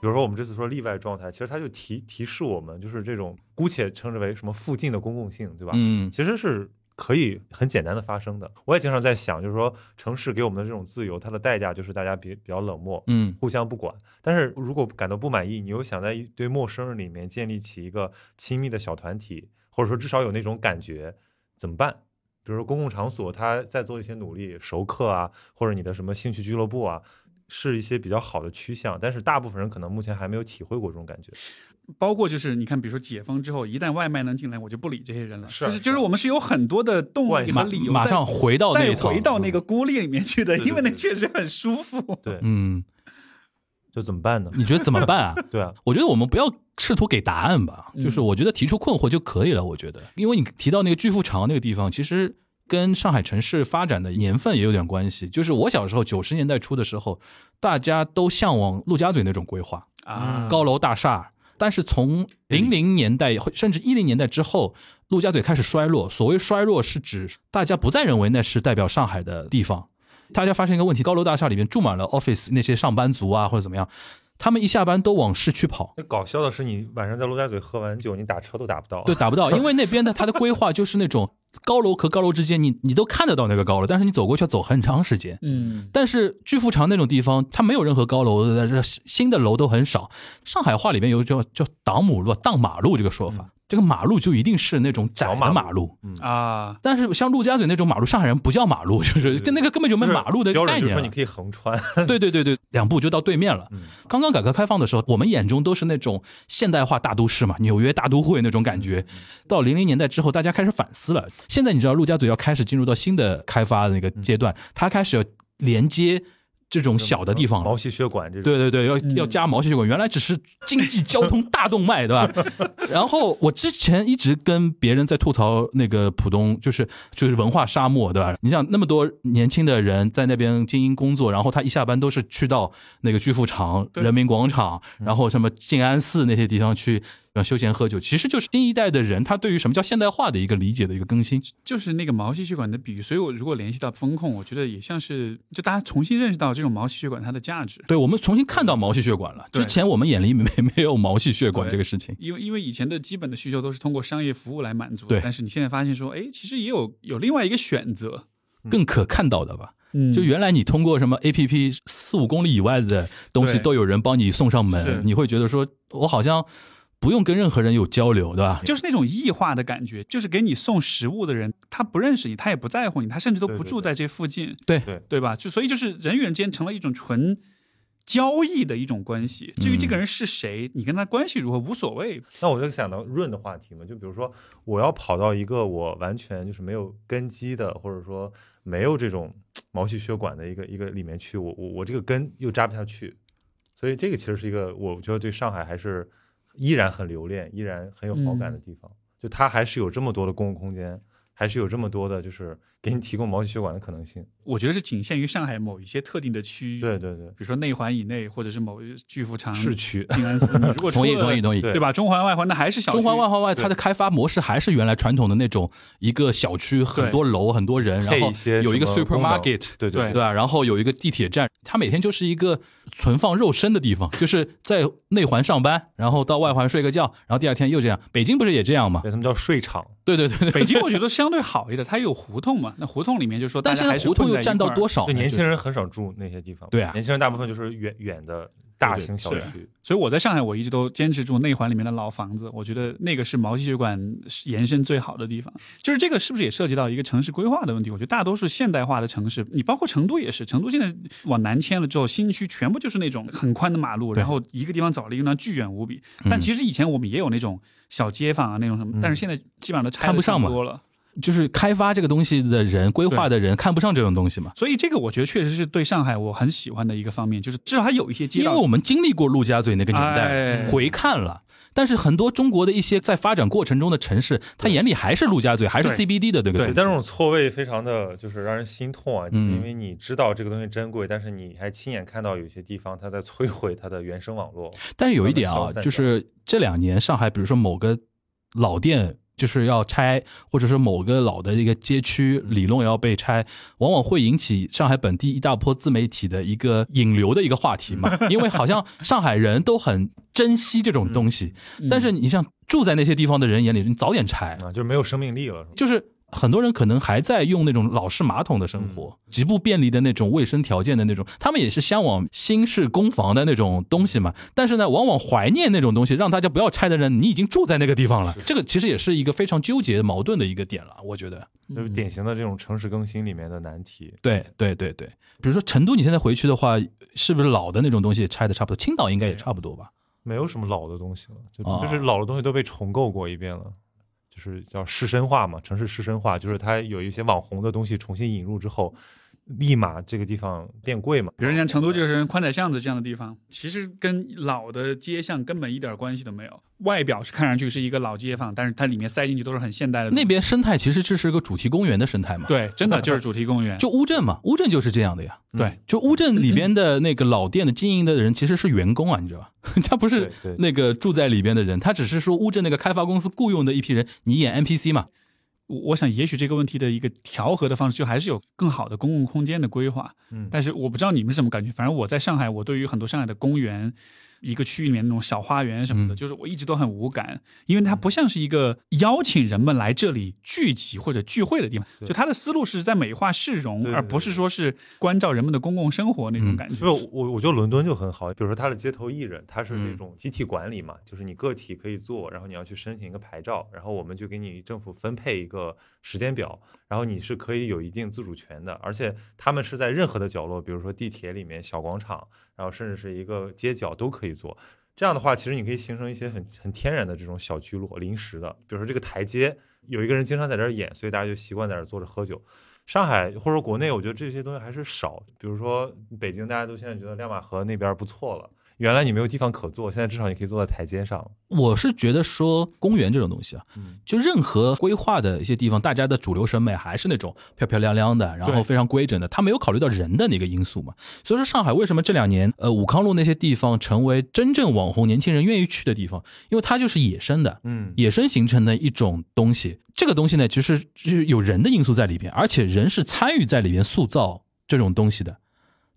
A: 比如说我们这次说例外状态，其实它就提提示我们，就是这种姑且称之为什么附近的公共性，对吧？
C: 嗯，
A: 其实是可以很简单的发生的。我也经常在想，就是说城市给我们的这种自由，它的代价就是大家比比较冷漠，
C: 嗯
A: 互相不管。但是如果感到不满意，你又想在一堆陌生人里面建立起一个亲密的小团体，或者说至少有那种感觉，怎么办？比如说公共场所，它在做一些努力，熟客啊，或者你的什么兴趣俱乐部啊，是一些比较好的趋向。但是大部分人可能目前还没有体会过这种感觉。
B: 包括就是你看，比如说解封之后，一旦外卖能进来，我就不理这些人了。
A: 是
B: 就是
A: 是
B: 就是我们是有很多的动力
A: 马
B: 和理由
C: 马
B: 在
C: 上回到那
B: 再
C: 一套，嗯
B: 回到那个孤立里面去的，
A: 对对
B: 因为那
A: 对
B: 确实很舒服。
A: 对，
C: 嗯，
A: 就怎么办呢？
C: 你觉得怎么办啊？
A: 对啊，
C: 我觉得我们不要试图给答案吧，
B: 嗯
C: 就是我觉得提出困惑就可以了。我觉得，因为你提到那个巨富长那个地方，其实跟上海城市发展的年份也有点关系。就是我小时候九十年代初的时候，大家都向往陆家嘴那种规划，
B: 啊，
C: 高楼大厦。但是从零零年代甚至一零年代之后，陆家嘴开始衰落。所谓衰落，是指大家不再认为那是代表上海的地方。大家发现一个问题：高楼大厦里面住满了 office 那些上班族啊，或者怎么样，他们一下班都往市区跑。
A: 那搞笑的是，你晚上在陆家嘴喝完酒，你打车都打不到。
C: 对，打不到，因为那边的它的规划就是那种高楼和高楼之间，你你都看得到那个高楼，但是你走过去要走很长时间。
B: 嗯，
C: 但是巨富长那种地方，它没有任何高楼，呃新的楼都很少。上海话里面有叫叫挡马路、挡马路这个说法，这个马路就一定是那种窄的
A: 小嗯马路
C: 马路。
B: 啊，
C: 但是像陆家嘴那种马路，上海人不叫马路，就
A: 对
C: 是就那个根本就没
A: 就是
C: 马路的
A: 标
C: 概
A: 准就是
C: 念
A: 说
C: 了
A: 你。可以横穿，
C: 对对对对，两步就到对面了。
A: 嗯
C: 刚刚改革开放的时候，我们眼中都是那种现代化大都市嘛，纽约大都会那种感觉。到零零年代之后，大家开始反思了。现在你知道，陆家嘴要开始进入到新的开发的那个阶段，它开始要连接这种小的地方了
A: 毛。细血管这种。
C: 对对对，要
B: 嗯
C: 要加毛细血管，原来只是经济交通大动脉，对吧？ <laughs> 然后我之前一直跟别人在吐槽那个浦东，就是就是文化沙漠，对吧？你想那么多年轻的人在那边精英工作，然后他一下班都是去到那个巨富场、
B: 对嗯
C: 人民广场，然后什么静安寺那些地方去。呃休闲喝酒，其实就是新一代的人，他对于什么叫现代化的一个理解的一个更新。
B: 就是那个毛细血管的比喻，所以我如果联系到风控，我觉得也像是就大家重新认识到这种毛细血管它的价值。
C: 对我们重新看到毛细血管了，
B: 对
C: 之前我们眼里没没有毛细血管
B: 对
C: 这个事情。
B: 因为因为以前的基本的需求都是通过商业服务来满足的，
C: 对
B: 但是你现在发现说，哎，其实也有有另外一个选择，
C: 更可看到的吧。
B: 嗯
C: 就原来你通过什么 A P P 四五公里以外的东西
B: 对
C: 都有人帮你送上
B: 是
C: 门，你会觉得说我好像不用跟任何人有交流，对吧？
B: 就是那种异化的感觉，就是给你送食物的人，他不认识你，他也不在乎你，他甚至都
A: 对
B: 不
A: 对
B: 住
A: 对
B: 在这附近，
C: 对
A: 对
B: 对吧？就所以就是人与人之间成了一种纯交易的一种关系。至于这
C: 嗯
B: 个人是谁，你跟他关系如何无所谓。
A: 那我就想到润的话题嘛，就比如说我要跑到一个我完全就是没有根基的，或者说没有这种毛细血管的一个一个里面去，我我我这个根又扎不下去，所以这个其实是一个我觉得对上海还是依然很留恋，依然很有好感的地方。就它还是有这么多的公共空间，还是有这么多的就是给你提供毛细血管的可能性。
B: 我觉得是仅限于上海某一些特定的区域，
A: 对对对，
B: 比如说内环以内，或者是某一巨富长、
A: 市区。
B: 静安寺。你
C: <laughs>
B: 如果出
C: 同意
B: 了
C: 同意同意。
A: 对
B: 对吧？中环外环那还是小区
C: 中环外环外，
A: 对
C: 它的开发模式还是原来传统的那种，一个小区很多楼很多人，然
A: 配
C: 后
A: 一些
C: 有一个
A: 什么功能
C: supermarket，
A: 对
B: 对
A: 对
C: 对吧？然后有一个地铁站，它每天就是一个存放肉身的地方，就是在内环上班，然后到外环睡个觉，然后第二天又这样。北京不是也这样吗？
A: 对，他们叫睡场，
C: 对对对对，
B: 北京我觉得相对好一点，它有胡同嘛，那胡同里面就说，
C: 但现在胡同又占到多
B: 少？
C: 少呢？
A: 就年轻
C: 就是，
A: 人很少住那些地方，
C: 对啊
A: 年轻人大部分就是远远的大型小区，
B: 所以我在上海，我一直都坚持住内环里面的老房子，我觉得那个是毛细血管延伸最好的地方。就是这个是不是也涉及到一个城市规划的问题？我觉得大多数现代化的城市，你包括成都也是，成都现在往南迁了之后，新区全部就是那种很宽的马路，
C: 对
B: 然后一个地方找了一个地方巨远无比。
C: 嗯
B: 但其实以前我们也有那种小街坊啊，那种什么，
A: 嗯
B: 但是现在基本上都拆得
C: 看不上
B: 差
C: 嘛
B: 多了。
C: 就是开发这个东西的人、规划的人看不上这种东西嘛。
B: 所以这个我觉得确实是对上海我很喜欢的一个方面，就是至少它有一些街
C: 因
B: 道
C: 为我们经历过陆家嘴那个年代，嗯
B: 哎
C: 回看了。但是很多中国的一些在发展过程中的城市，他眼里还是陆家嘴，还是
A: 对
C: CBD 的这个东
A: 对，
C: 西。
A: 但这种错位非常的就是让人心痛啊，
C: 嗯
A: 因为你知道这个东西珍贵，但是你还亲眼看到有些地方它在摧毁它的原生网络，
C: 但是有一点
A: 慢
C: 啊
A: 慢消，散
C: 就是这两年上海，比如说某个老店就是要拆，或者是某个老的一个街区里弄要被拆，往往会引起上海本地一大波自媒体的一个引流的一个话题 <laughs> 嘛，因为好像上海人都很珍惜这种东西，
B: 嗯
C: 但是你像住在那些地方的人眼里，你早点拆，
A: 啊，就是没有生命力了，是吧
C: 就是很多人可能还在用那种老式马桶的生活，极不便利的那种卫生条件的那种，他们也是向往新式公房的那种东西嘛。但是呢，往往怀念那种东西，让大家不要拆的人，你已经住在那个地方了。这个其实也是一个非常纠结矛盾的一个点了，我觉得。
B: 嗯
A: 就是典型的这种城市更新里面的难题。
C: 对对对对，比如说成都，你现在回去的话，是不是老的那种东西也拆的差不多？青岛应该也差不多吧？
A: 没有什么老的东西了，就
B: 哦
C: 啊
A: 就是老的东西都被重构过一遍了，就是叫市深化嘛，城市市深化，就是它有一些网红的东西重新引入之后，立马这个地方变贵嘛。
B: 比如像成都就是宽窄巷子这样的地方，其实跟老的街巷根本一点关系都没有。外表是看上去是一个老街坊，但是它里面塞进去都是很现代的东西。
C: 那边生态其实这是个主题公园的生态嘛。
B: 对，真的就是主题公园。
C: 就乌镇嘛，乌镇就是这样的呀。
A: 嗯
B: 对，
C: 就乌镇里边的那个老店的经营的人其实是员工啊，你知道吧？ <laughs> 他不是
A: 对对
C: 那个住在里边的人，他只是说乌镇那个开发公司雇佣的一批人，你演 NPC 嘛。
B: 我我想，也许这个问题的一个调和的方式，就还是有更好的公共空间的规划。
A: 嗯
B: 但是我不知道你们是什么感觉，反正我在上海，我对于很多上海的公园。一个区域里面那种小花园什么的，
C: 嗯
B: 就是我一直都很无感，因为它
A: 嗯
B: 不像是一个邀请人们来这里聚集或者聚会的地方，
A: 对
B: 就它的思路是在美化市容，
A: 对对
B: 而不是说是关照人们的公共生活那种
C: 嗯
B: 感觉。
A: 就是我我我觉得伦敦就很好，比如说它的街头艺人，它是那
C: 嗯
A: 种集体管理嘛，就是你个体可以做，然后你要去申请一个牌照，然后我们就给你政府分配一个时间表，然后你是可以有一定自主权的，而且他们是在任何的角落，比如说地铁里面、小广场，然后甚至是一个街角都可以做。这样的话，其实你可以形成一些很很天然的这种小聚落，临时的，比如说这个台阶，有一个人经常在这儿演，所以大家就习惯在这儿坐着喝酒。上海或者说国内，我觉得这些东西还是少。比如说北京，大家都现在觉得亮马河那边不错了，原来你没有地方可坐，现在至少你可以坐在台阶上。
C: 我是觉得说公园这种东西啊，
A: 嗯
C: 就任何规划的一些地方，大家的主流审美还是那种漂漂亮亮的，然后
B: 对
C: 非常规整的，他没有考虑到人的那个因素嘛。所以说上海为什么这两年呃武康路那些地方成为真正网红年轻人愿意去的地方，因为它就是野生的，
A: 嗯，
C: 野生形成的一种东西。这个东西呢，其实就是有人的因素在里边，而且人是参与在里边塑造这种东西的。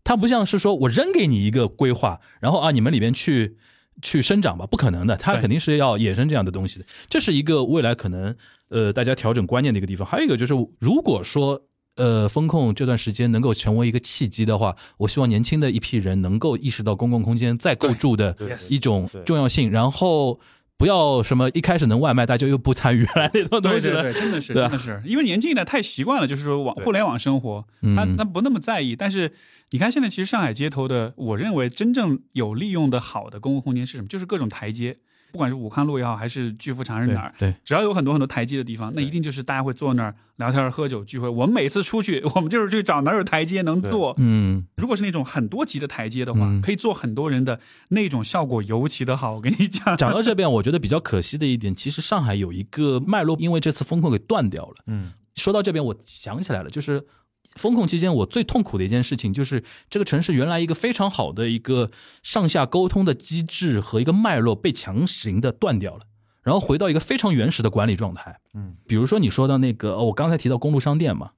C: 它不像是说我扔给你一个规划，然后啊你们里边去去生长吧，不可能的，它
B: 对
C: 肯定是要衍生这样的东西的。这是一个未来可能呃大家调整观念的一个地方。还有一个就是，如果说呃风控这段时间能够成为一个契机的话，我希望年轻的一批人能够意识到公共空间再构筑的
A: 对
C: 一种
A: 对
C: 重要性，然后不要什么一开始能外卖，大家又不参与原来那套东
B: 对
C: 西
B: 对
C: 了。
B: 对，真的是
C: 对啊
B: 真的是，因为年轻一代太习惯了，就是说网
A: 对
B: 互联网生活，他
C: 嗯
B: 他，不那么在意。但是你看，现在其实上海街头的，我认为真正有利用的好的公共空间是什么？就是各种台阶，不管是武康路也好，还是巨富长是哪儿，
C: 对，
B: 只要有很多很多台阶的地方，那
A: 对
B: 一定就是大家会坐那儿聊天、喝酒、聚会。我们每次出去，我们就是去找哪儿有台阶能坐。
C: 嗯，
B: 如果是那种很多级的台阶的话，
C: 嗯
B: 可以坐很多人的那种效果尤其的好。我跟你讲，
C: 讲到这边，我觉得比较可惜的一点，其实上海有一个脉络，因为这次风控给断掉了。
A: 嗯
C: 说到这边，我想起来了，就是风控期间我最痛苦的一件事情，就是这个城市原来一个非常好的一个上下沟通的机制和一个脉络被强行的断掉了，然后回到一个非常原始的管理状态。
A: 嗯，
C: 比如说你说到那个，哦我刚才提到公路商店嘛，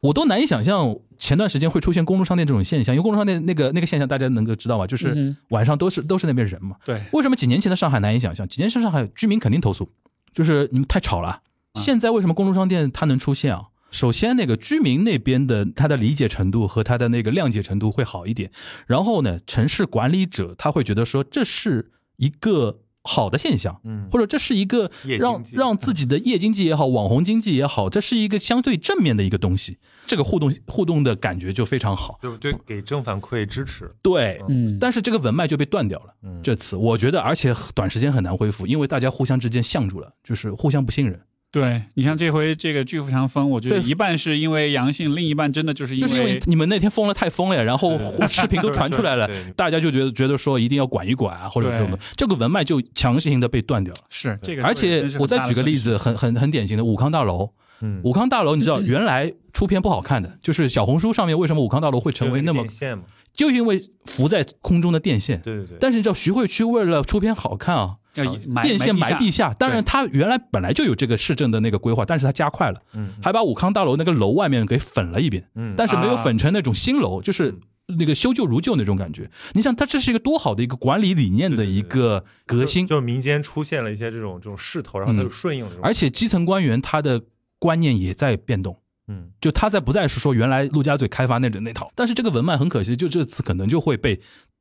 C: 我都难以想象前段时间会出现公路商店这种现象，因为公路商店那个那个现象大家能够知道吧，就是
B: 嗯
C: 晚上都是都是那边人嘛。 <laughs>
B: 对，
C: 为什么几年前的上海难以想象？几年前上海居民肯定投诉，就是你们太吵了。现在为什么公路商店它能出现啊？首先，那个居民那边的他的理解程度和他的那个谅解程度会好一点。然后呢，城市管理者他会觉得说这是一个好的现象，
A: 嗯
C: 或者这是一个
A: 夜
C: 让
A: 经济
C: 让自己的夜经济也好，网红经济也好，这是一个相对正面的一个东西。这个互动互动的感觉就非常好。
A: 对对，给正反馈支持，
C: 对，
B: 嗯，
C: 但是这个文脉就被断掉了。
A: 嗯，
C: 这次我觉得，而且短时间很难恢复，因为大家互相之间相住了，就是互相不信任，
B: 对你像这回这个巨富长风，我觉得
C: 对
B: 一半是因为阳性，另一半真的就是因
C: 就是因为你们那天封了太疯了呀，然后
A: 对
C: 视频都传出来了，
A: 对对
C: 大家就觉得觉得说一定要管一管啊，或者
B: 对
C: 什么，这个文脉就强行的被断掉了。
B: 是这个，
C: 而且我再举个例
B: 子，
C: 子，很很很典型的武康大楼，
A: 嗯，
C: 武康大楼你知道原来出片不好看的，就是小红书上面为什么武康大楼会成为那
A: 就
C: 么
A: 个电，线嘛，
C: 就因为浮在空中的电线。
A: 对对对，
C: 但是你知道徐汇区为了出片好看啊，
B: 要以埋
C: 电线
B: 埋
C: 埋地
B: 下，
C: 下。当然，
B: 对
C: 它原来本来就有这个市政的那个规划，但是它加快了，
A: 嗯
C: 还把武康大楼那个楼外面给粉了一遍，
A: 嗯，
C: 但是没有
B: 啊
C: 粉成那种新楼，就是那个修旧如旧那种感觉。你想，它这是一个多好的一个管理理念的
A: 对对对
C: 一个革新，
A: 就是民间出现了一些这种这种势头，然后它就顺应了这种，
C: 嗯而且基层官员他的观念也在变动。
A: 嗯
C: 就他在不再是说原来陆家嘴开发那种那套，但是这个文脉很可惜，就这次可能就会被，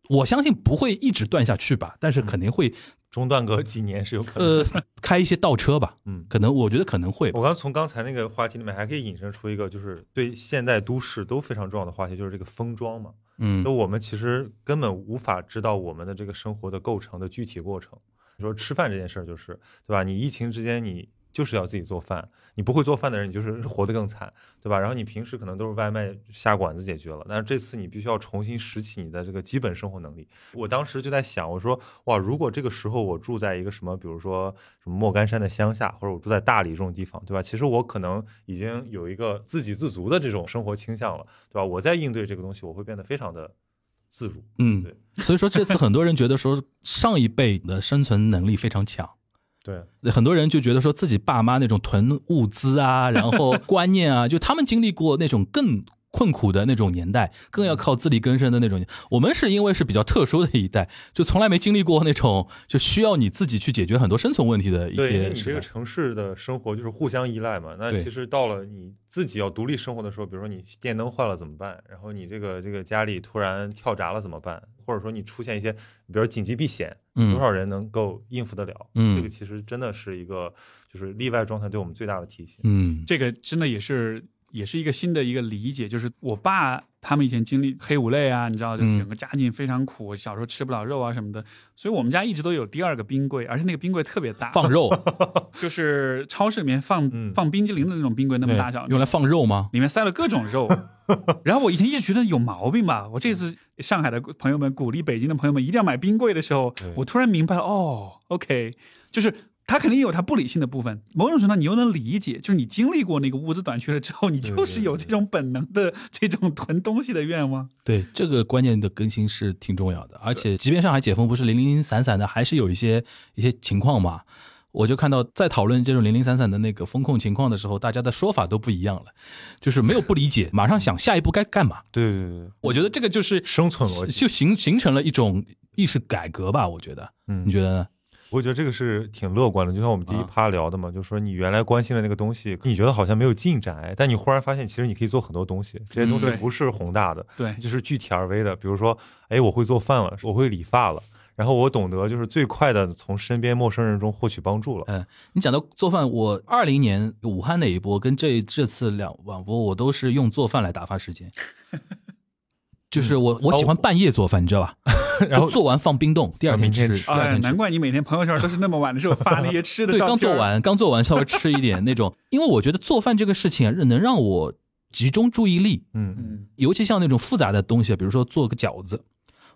C: 我相信不会一直断下去吧，
A: 嗯
C: 但是肯定会
A: 中断个几年是有可能 <laughs> 的，
C: 呃开一些倒车吧，
A: 嗯。
C: 可能我觉得可能会吧
A: 我刚从刚才那个话题里面还可以引申出一个，就是对现代都市都非常重要的话题，就是这个封装嘛。
C: 嗯
A: 那我们其实根本无法知道我们的这个生活的构成的具体过程。你说吃饭这件事儿，就是对吧？你疫情之间你。就是要自己做饭，你不会做饭的人，你就是活得更惨，对吧？然后你平时可能都是外卖下馆子解决了，但是这次你必须要重新拾起你的这个基本生活能力。我当时就在想，我说哇，如果这个时候我住在一个什么，比如说什么莫干山的乡下，或者我住在大理这种地方，对吧？其实我可能已经有一个自给自足的这种生活倾向了，对吧？我在应对这个东西，我会变得非常的自如。
C: 嗯
A: 对， <laughs>
C: 所以说这次很多人觉得说上一辈的生存能力非常强。
A: 对，
C: 很多人就觉得说自己爸妈那种囤物资啊，然后观念啊，就他们经历过那种更困苦的那种年代，
A: 嗯
C: 更要靠自力更生的那种年。我们是因为是比较特殊的一代，就从来没经历过那种就需要你自己去解决很多生存问题的一
A: 对，因为
C: 些
A: 你这
C: 时
A: 个
C: 代。
A: 城市的生活就是互相依赖嘛。那
C: 对
A: 其实到了你自己要独立生活的时候，比如说你电灯坏了怎么办？然后你这个这个家里突然跳闸了怎么办？或者说你出现一些，比如紧急避险，多
C: 嗯
A: 少人能够应付得了？
C: 嗯
A: 这个其实真的是一个就是例外状态对我们最大的提醒。
C: 嗯，
B: 这个真的也是也是一个新的一个理解，就是我爸他们以前经历黑五类啊，你知道，就是
C: 嗯
B: 整个家境非常苦，小时候吃不了肉啊什么的，所以我们家一直都有第二个冰柜，而且那个冰柜特别大，
C: 放肉
B: 就是超市里面放、
A: 嗯
B: 放冰激凌的那种冰柜那么
C: 对
B: 大小，
C: 用来放肉吗？
B: 里面塞了各种
A: <laughs>
B: 肉。然后我以前一直觉得有毛病吧，我这次上海的朋友们鼓励北京的朋友们一定要买冰柜的时候
A: 对，
B: 我突然明白了，哦，OK，就是他肯定有他不理性的部分，某种程度上你又能理解，就是你经历过那个物资短缺了之后，你就是有这种本能的这种囤东西的愿望。
C: 对，这个观念的更新是挺重要的，而且即便上海解封不是零零散散的，还是有一些一些情况嘛。我就看到在讨论这种零零散散的那个风控情况的时候，大家的说法都不一样了，就是没有不理解，马上想下一步该干嘛。
A: 对对对对，
C: 我觉得这个就是
A: 生存逻辑，
C: 就形形成了一种意识改革吧，我觉得，
A: 嗯
C: 你觉得呢？
A: 我觉得这个是挺乐观的，就像我们第一
C: 啊
A: 趴聊的嘛，就说你原来关心的那个东西，你觉得好像没有进展，哎但你忽然发现，其实你可以做很多东西，这些东西
B: 嗯对
A: 不是宏大的，
B: 对，
A: 就是具体而微的。比如说，哎，我会做饭了，我会理发了，然后我懂得就是最快的从身边陌生人中获取帮助了。
C: 你讲到做饭，我二零年武汉那一波跟这这次两两波，我都是用做饭来打发时间。就是我，我喜欢半夜做饭，你知道吧？ <laughs>
A: 然后
C: 就做完放冰冻，第二天
A: 明
C: 吃
A: 天，吃
C: 第二
B: 哎，
C: 天
B: 难
C: 吃。
B: 怪你每天朋友圈都是那么晚的时候发那些吃的
C: 对，
B: 照片。
C: 刚做，完，刚做完稍微吃一点那种，因为我觉得做饭这个事情啊，能让我集中注意力，
A: 嗯，
B: 嗯，
C: 尤其像那种复杂的东西，比如说做个饺子，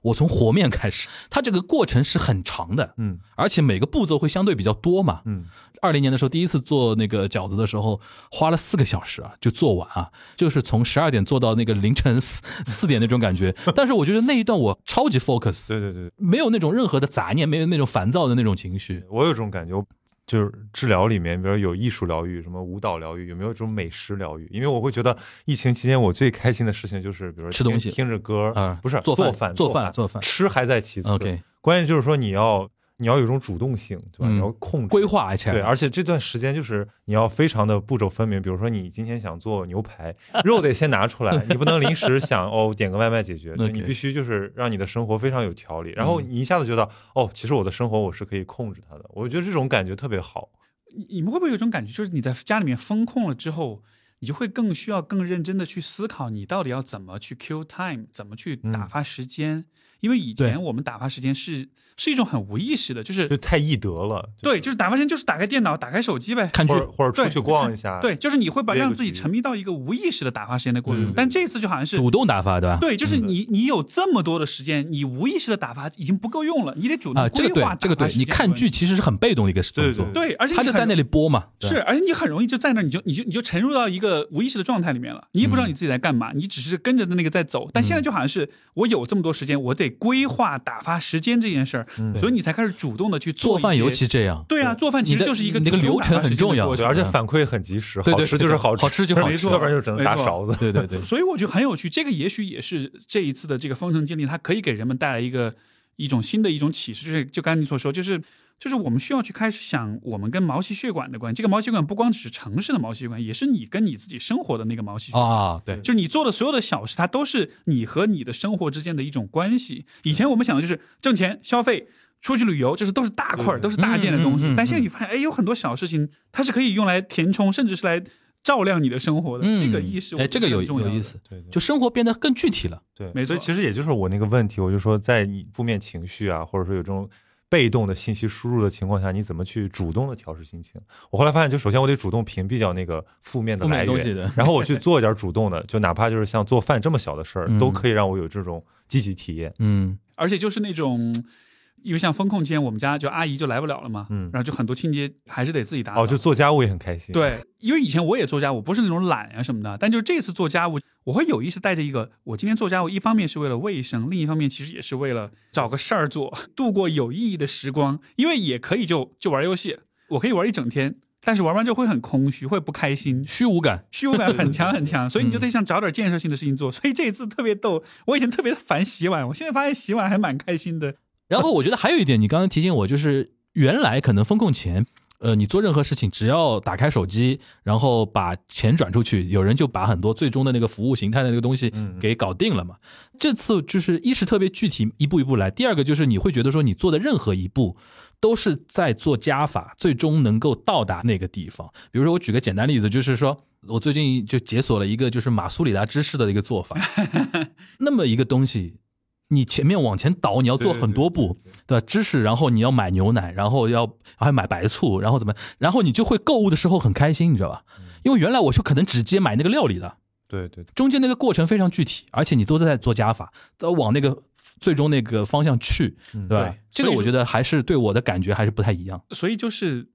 C: 我从和面开始，它这个过程是很长的，
A: 嗯
C: 而且每个步骤会相对比较多嘛。
A: 嗯
C: 二零年的时候，第一次做那个饺子的时候，花了四个小时啊，就做完啊，就是从十二点做到那个凌晨四四点那种感觉。但是我觉得那一段我超级 focus，
A: 对对对，
C: 没有那种任何的杂念，没有那种烦躁的那种情绪。
A: 我有这种感觉，就是治疗里面，比如有艺术疗愈、什么舞蹈疗愈，有没有这种美食疗愈？因为我会觉得疫情期间我最开心的事情就是，比如说
C: 吃东
A: 听
C: 西
A: 听着歌
C: 啊
A: 不是
C: 做
A: 饭
C: 饭
A: 做饭
C: 做饭做饭
A: 吃还在其次。
C: OK，
A: 关键就是说你要你要有一种主动性，对吧？
C: 嗯
A: 你要控制
C: 规划，而且
A: 对，而且这段时间就是你要非常的步骤分明，比如说你今天想做牛排，肉得先拿出来，你不能临时想哦点个外卖解决，对
C: OK
A: 你必须就是让你的生活非常有条理，然后你一下子觉得哦，其实我的生活我是可以控制它的，我觉得这种感觉特别好。
B: 你你们会不会有一种感觉，就是你在家里面风控了之后，你就会更需要更认真的去思考，你到底要怎么去 kill time，怎么去
A: 嗯
B: 打发时间？因为以
C: 对
B: 前我们打发时间是是一种很无意识的，就是
A: 就太易得了，就
B: 对，就是打发时间就是打开电脑、打开手机呗。
C: 看剧
A: 或者或者出
B: 对
A: 去逛一下，
B: 对，就是你会把
A: 约个
B: 让自己
A: 局
B: 沉迷到一个无意识的打发时间的过程
C: 对
B: 中
C: 对，
B: 但这次就好像是
C: 主动打发，对吧？
B: 对，就是
A: 嗯
B: 你你有这么多的时间，你无意识的打发已经不够用了，你得主
C: 啊、
B: 动
C: 这个
B: 规
C: 对
B: 划、，
C: 这个对，你看剧，其实是很被动的一个动作，
A: 对
B: 对，而且
C: 他
B: 你
C: 就
B: 很
C: 在那里播嘛，对
B: 是，而且你很容易就在那儿，你就你就你就沉入到一个无意识的状态里面了，你也不
C: 嗯
B: 知道你自己在干嘛，你只是跟着那个在走。但现在就好像是我有这么多时间，我得规划打发时间这件事儿，所以你才开始主动的去
C: 做
B: 一
C: 饭
B: 些
C: 尤其这样，
B: <laughs> 对啊，做饭其
C: 你
B: 实
C: 的
B: 就是一个
C: 你那个
B: 主动
C: 流
B: 打
C: 程
B: 发时
C: 很
B: 间的
C: 重要
B: 过
A: 对，
B: 程
A: 而且反馈很及时，
C: 对对
A: 好吃就是好吃，
C: 好吃就好吃
A: 要不然就只能打
B: 没错
A: 勺子。
C: 对对对，
B: 所以我觉得很有趣，这个也许也是这一次的这个封城经历，它可以给人们带来一个一种新的一种启示，就是就刚才你所说，就是就是我们需要去开始想我们跟毛细血管的关系。这个毛细血管不光只是城市的毛细血管，也是你跟你自己生活的那个毛细血管。
C: 啊，对，
B: 就是你做的所有的小事，它都是你和你的生活之间的一种关系。以前我们想的就是挣钱、消费、出去旅游，这是都是大块儿，
A: 对
B: 都是大件的东西
C: 嗯嗯嗯。
B: 但现在你发现，哎，有很多小事情，它是可以用来填充，甚至是来照亮你的生活的。
C: 嗯，
B: 这个意识，
C: 哎，这个有有意。思，
A: 对对
C: 就生活变得更具体了，
A: 对，
B: 没
A: 所以
B: 错
A: 其实也就是我那个问题，我就说，在你负面情绪啊，或者说有这种被动的信息输入的情况下，你怎么去主动的调试心情？我后来发现，就首先我得主动屏蔽掉那个负面的
C: 负面
A: 来
C: 东西
A: 源，
C: 的，
A: 然后我
C: <laughs>
A: 去做一点主动的，就哪怕就是像做饭这么小的事儿，都
C: 嗯
A: 可以让我有这种积极体验。
C: 嗯，
B: 而且就是那种，因为像风控期间，我们家就阿姨就来不了了嘛，
A: 嗯
B: 然后就很多清洁还是得自己打扫。
A: 哦，就做家务也很开心。，
B: 对，因为以前我也做家务，不是那种懒呀、什么的，但就是这次做家务，我会有意识带着一个，我今天做家务，一方面是为了卫生，另一方面其实也是为了找个事儿做，度过有意义的时光。因为也可以就就玩游戏，我可以玩一整天，但是玩完之后会很空虚，会不开心，
C: 虚无感，
B: 虚无感很强很强，所以你
A: 嗯
B: 就得想找点建设性的事情做。所以这一次特别逗，我以前特别烦洗碗，我现在发现洗碗还蛮开心的。
C: 然后我觉得还有一点，你刚刚提醒我，就是原来可能风控前，呃，你做任何事情，只要打开手机，然后把钱转出去，有人就把很多最终的那个服务形态的那个东西
A: 嗯嗯
C: 给搞定了嘛。这次就是一是特别具体，一步一步来；第二个就是你会觉得说，你做的任何一步都是在做加法，最终能够到达那个地方。比如说，我举个简单例子，就是说。我最近就解锁了一个就是马苏里达芝士的一个做法，那么一个东西，你前面往前倒，你要做很多步，对吧？芝士，然后你要买牛奶，然后要还买白醋，然后怎么，然后你就会购物的时候很开心，你知道吧？因为原来我是可能直接买那个料理的，
A: 对对对，
C: 中间那个过程非常具体，而且你都在做加法，都往那个最终那个方向去，
A: 嗯
C: 对吧？
B: 对
C: 这个
B: 所以
C: 我
B: 说
C: 觉得还是对我的感觉还是不太一样。
B: 所以就是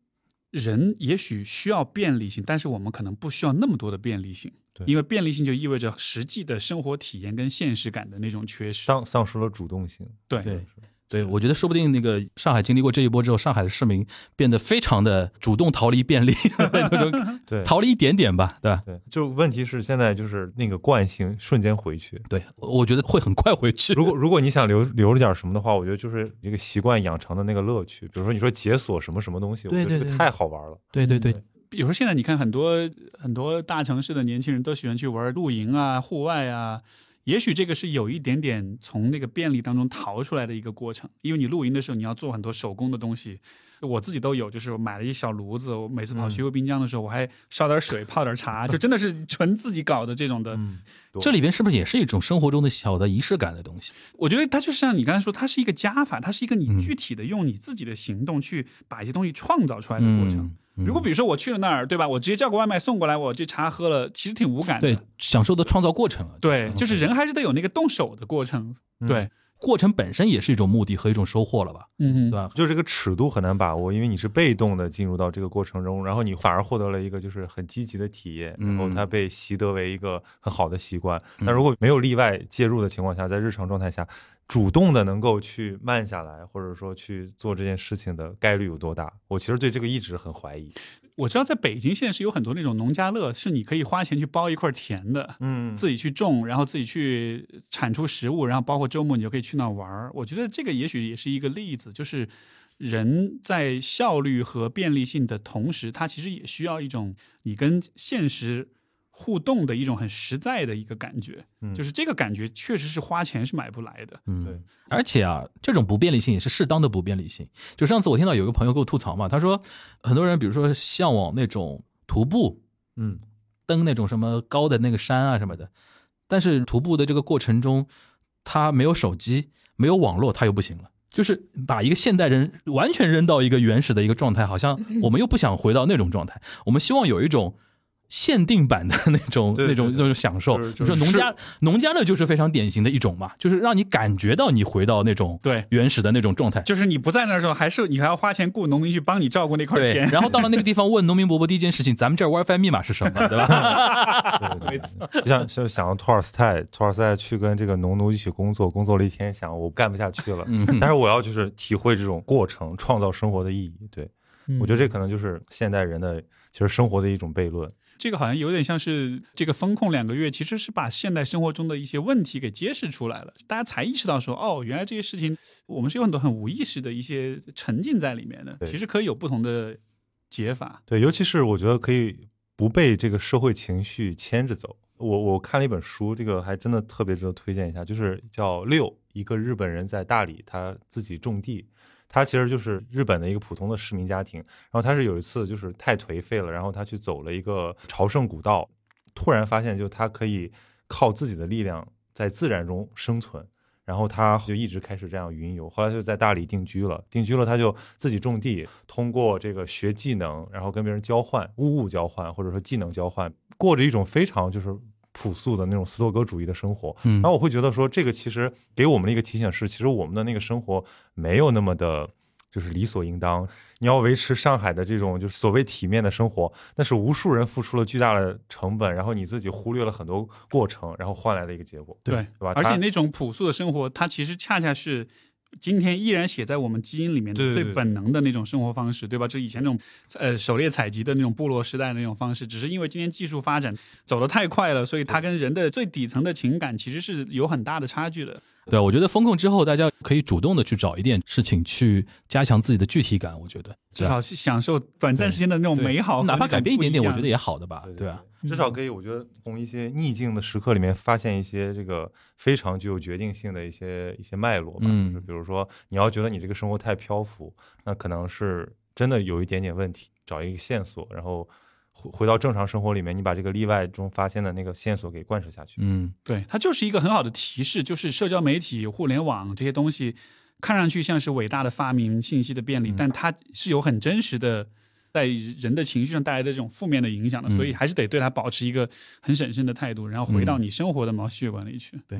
B: 人也许需要便利性，但是我们可能不需要那么多的便利性，
A: 对
B: 因为便利性就意味着实际的生活体验跟现实感的那种缺失。
A: 丧丧失了主动性。
B: 对，
C: 对对，我觉得说不定那个上海经历过这一波之后，上海的市民变得非常的主动逃离便利 <laughs> 那
A: <laughs>
C: 种，
A: 对，
C: 逃离一点点吧，对吧？
A: 对，就问题是现在就是那个惯性瞬间回去，
C: 对，我我觉得会很快回
A: <laughs>
C: 去。
A: 如果如果你想留留着点什么的话，我觉得就是一个习惯养成的那个乐趣。比如说你说解锁什么什么东西，
C: 对
A: 我觉得
C: 对
A: 这
C: 对
A: 个太好玩了。
C: 对对对，
B: 比如说现在你看很多很多大城市的年轻人都喜欢去玩露营啊、户外啊。也许这个是有一点点从那个便利当中逃出来的一个过程，因为你露营的时候你要做很多手工的东西，我自己都有，就是我买了一小炉子，我每次跑徐汇滨江的时候，我还烧点水泡点茶，就真的是纯自己搞的这种的，
A: 嗯，
C: 这里边是不是也是一种生活中的小的仪式感的东西？
B: 我觉得它就像你刚才说，它是一个加法，它是一个
C: 嗯
B: 你具体的用你自己的行动去把一些东西创造出来的过程。
C: 嗯
B: 如果比如说我去了那儿，对吧？我直接叫个外卖送过来，我这茶喝了，其实挺无感的。
C: 对享受的创造过程啊了，
B: 对就是人还是得有那个动手的过程。
A: 嗯
B: 对，
C: 过程本身也是一种目的和一种收获了吧，
B: 嗯
C: 对，吧？
A: 就是这个尺度很难把握，因为你是被动的进入到这个过程中，然后你反而获得了一个就是很积极的体验，
C: 嗯
A: 然后它被习得为一个很好的习惯。那如果没有例外介入的情况下，在日常状态下，主动的能够去慢下来，或者说去做这件事情的概率有多大？我其实对这个一直很怀疑。
B: 我知道在北京现在是有很多那种农家乐，是你可以花钱去包一块田的，
A: 嗯，
B: 自己去种，然后自己去产出食物，然后包括周末你就可以去那儿玩儿。我觉得这个也许也是一个例子，就是人在效率和便利性的同时，它其实也需要一种你跟现实互动的一种很实在的一个感觉，
A: 嗯
B: 就是这个感觉确实是花钱是买不来的。
C: 嗯，
A: 对。
C: 而且啊，这种不便利性也是适当的不便利性。就上次我听到有个朋友给我吐槽嘛，他说很多人比如说向往那种徒步，
A: 嗯，
C: 登那种什么高的那个山啊什么的，但是徒步的这个过程中，他没有手机，没有网络，他又不行了。就是把一个现代人完全扔到一个原始的一个状态，
A: <clears throat>
C: 好像我们又不想回到那种状态，我们希望有一种限定版的那种
A: 对对
C: 那种
A: 对
C: 那种享受。
A: 就是
C: 比
A: 就
C: 如说
A: 是
C: 农
A: 是
C: 家农家乐就是非常典型的一种嘛，就是让你感觉到你回到那种
B: 对，
C: 原始的那种状态。
B: 就是你不在那儿的时候，还是你还要花钱雇农民去帮你照顾那块
C: 对，
B: 田。
C: 然后到了那个地方，问农民伯伯第一件事情，咱们这儿 WiFi 密码是什么，对
B: <laughs>
C: 吧？
A: 对对对，就 <laughs> 像就想到托尔斯泰，托尔斯泰去跟这个农奴一起工作，工作了一天，想我干不下去了，
C: 嗯，
A: 但是我要就是体会这种过程，创造生活的意义。对我觉得这可能就是现代人的其实生活的一种悖论。
B: 这个好像有点像是这个风控两个月，其实是把现代生活中的一些问题给揭示出来了，大家才意识到说，哦，原来这些事情我们是有很多很无意识的一些沉浸在里面的，
A: 对
B: 其实可以有不同的解法。
A: 对，尤其是我觉得可以不被这个社会情绪牵着走。我我看了一本书，这个还真的特别值得推荐一下，就是叫《六》，一个日本人在大理，他自己种地。他其实就是日本的一个普通的市民家庭，然后他是有一次就是太颓废了，然后他去走了一个朝圣古道，突然发现就他可以靠自己的力量在自然中生存，然后他就一直开始这样云游，后来他就在大理定居了，定居了他就自己种地，通过这个学技能，然后跟别人交换，物物交换或者说技能交换，过着一种非常就是朴素的那种斯多葛主义的生活，
C: 嗯
A: 然后我会觉得说，这个其实给我们的一个提醒是，其实我们的那个生活没有那么的，就是理所应当。你要维持上海的这种就是所谓体面的生活，那是无数人付出了巨大的成本，然后你自己忽略了很多过程，然后换来的一个结果，
B: 对
A: 对吧？
B: 而且
A: 它
B: 那种朴素的生活，它其实恰恰是。今天依然写在我们基因里面
A: 对
B: 的
A: 对
B: 最
A: 对
B: 本能的那种生活方式，对吧？就以前那种呃狩猎采集的那种部落时代的那种方式，只是因为今天技术发展走得太快了，所以它跟人的最底层的情感其实是有很大的差距的。
C: 对，我觉得风控之后，大家可以主动的去找一点事情去加强自己的具体感。我觉得啊嗯
B: 至少是享受短暂时间的那种美好和那种
C: 哪
B: 不
C: 怕
B: 样，
C: 改变一点点，我觉得也好的吧，
A: 啊
C: 对啊
A: 对
C: 吧？
A: 至少可以，我觉得从一些逆境的时刻里面发现一些这个非常具有决定性的一些一些脉络吧。
C: 嗯
A: 就是比如说，你要觉得你这个生活太漂浮，那可能是真的有一点点问题，找一个线索，然后回回到正常生活里面，你把这个例外中发现的那个线索给贯彻下去。
C: 嗯，
B: 对，它就是一个很好的提示，就是社交媒体、互联网这些东西，看上去像是伟大的发明、信息的便利，
A: 嗯
B: 但它是有很真实的。在人的情绪上带来的这种负面的影响的，
C: 嗯嗯
B: 所以还是得对它保持一个很审慎的态度，然后回到你生活的毛细血管里去。
A: 对，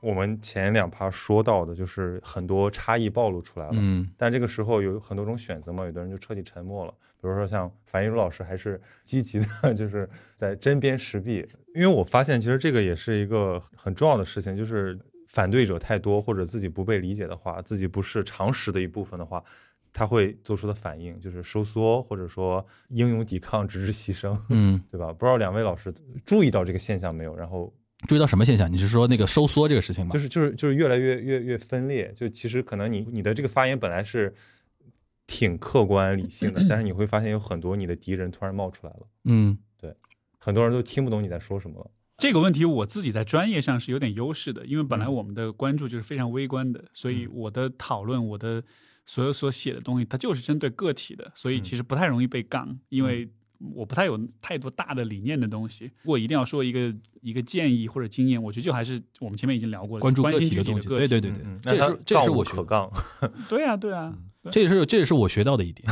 A: 我们前两趴说到的，就是很多差异暴露出来了。
C: 嗯，
A: 但这个时候有很多种选择嘛，有的人就彻底沉默了。比如说像樊一茹老师，还是 <laughs> 积极的，就是在针砭时弊。因为我发现，其实这个也是一个很重要的事情，就是反对者太多，或者自己不被理解的话，自己不是常识的一部分的话，他会做出的反应就是收缩，或者说英勇抵抗，直至牺牲，
C: 嗯，
A: <laughs> 对吧？不知道两位老师注意到这个现象没有？然后
C: 注意到什么现象？你是说那个收缩这个事情吗？
A: 就是就是就是越来越越越分裂。就其实可能你你的这个发言本来是挺客观理性的，但是你会发现有很多你的敌人突然冒出来了，
C: 嗯
A: 很多人都听不懂你在说什么了。
B: 这个问题我自己在专业上是有点优势的，因为本
C: 嗯
B: 来我们的关注就是非常微观的，所以我的讨论，我的所有所写的东西，它就是针对个体的，所以
C: 嗯
B: 其实不太容易被杠，因为我不太有太多大的理念的东西。如果一定要说一个一个建议或者经验，我觉得就还是我们前面已经聊过的，
C: 关注
B: 关
C: 个
B: 心具
C: 体的
B: 体
C: 东
B: 的
C: 西，
B: 个
C: 对
B: 体。
C: 对嗯对对
A: 嗯，
C: 这也
A: 那
C: 是
A: 他
C: 这也是
A: 杠无
C: 我学
A: 可
C: 的， <laughs>
A: 杠，
B: 对啊，对啊，
C: 这也是这也是我学到的一点。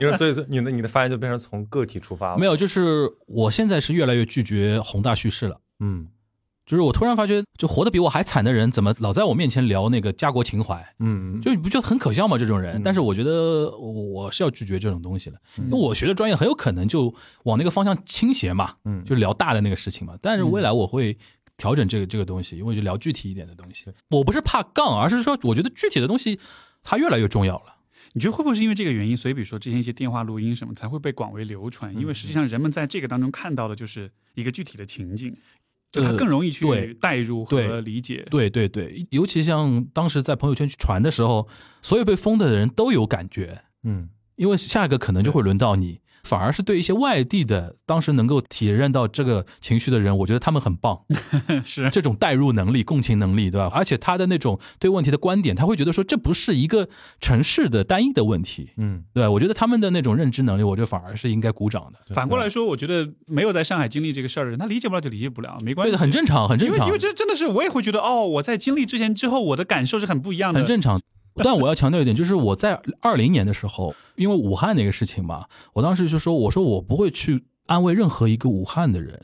A: 因为所以说你的你的发言就变成从个体出发了。
C: 没，有，就是我现在是越来越拒绝宏大叙事了。
A: 嗯
C: 就是我突然发觉，就活得比我还惨的人，怎么老在我面前聊那个家国情怀？
A: 嗯，
C: 就你不觉得很可笑吗？这种人，
A: 嗯
C: 但是我觉得我我是要拒绝这种东西了，
A: 嗯
C: 因为我学的专业很有可能就往那个方向倾斜嘛，
A: 嗯
C: 就聊大的那个事情嘛。但是未来我会调整这个这个东西，因为就聊具体一点的东西
A: 对。
C: 我不是怕杠，而是说我觉得具体的东西它越来越重要了。
B: 你觉得会不会是因为这个原因，所以比如说之前一些电话录音
C: 嗯
B: 什么才会被广为流传？因为实际上人们在这个当中看到的就是一个具体的情境。就他
C: 呃
B: 更容易去
C: 对
B: 代入和
C: 对
B: 理解。
C: 对对对，尤其像当时在朋友圈去传的时候，所有被封的人都有感觉，
A: 嗯，
C: 因为下一个可能就会轮到你。反而是对一些外地的，当时能够体认到这个情绪的人，我觉得他们很棒，
B: 嗯是，
C: 这种代入能力、共情能力，对吧？而且他的那种对问题的观点，他会觉得说这不是一个城市的单一的问题，
A: 嗯，
C: 对吧？我觉得他们的那种认知能力，我觉得反而是应该鼓掌的，
B: 反过来说，我觉得没有在上海经历这个事儿的人，他理解不了就理解不了，没关系，
C: 对的，很正常，很
B: 因
C: 正
B: 为
C: 常
B: 因为，这真的是我也会觉得哦，我在经历之前之后，我的感受是很不一样的。
C: 很正常。但我要强调一点，就是我在二零年的时候，因为武汉那个事情嘛，我当时就说，我说我不会去安慰任何一个武汉的人，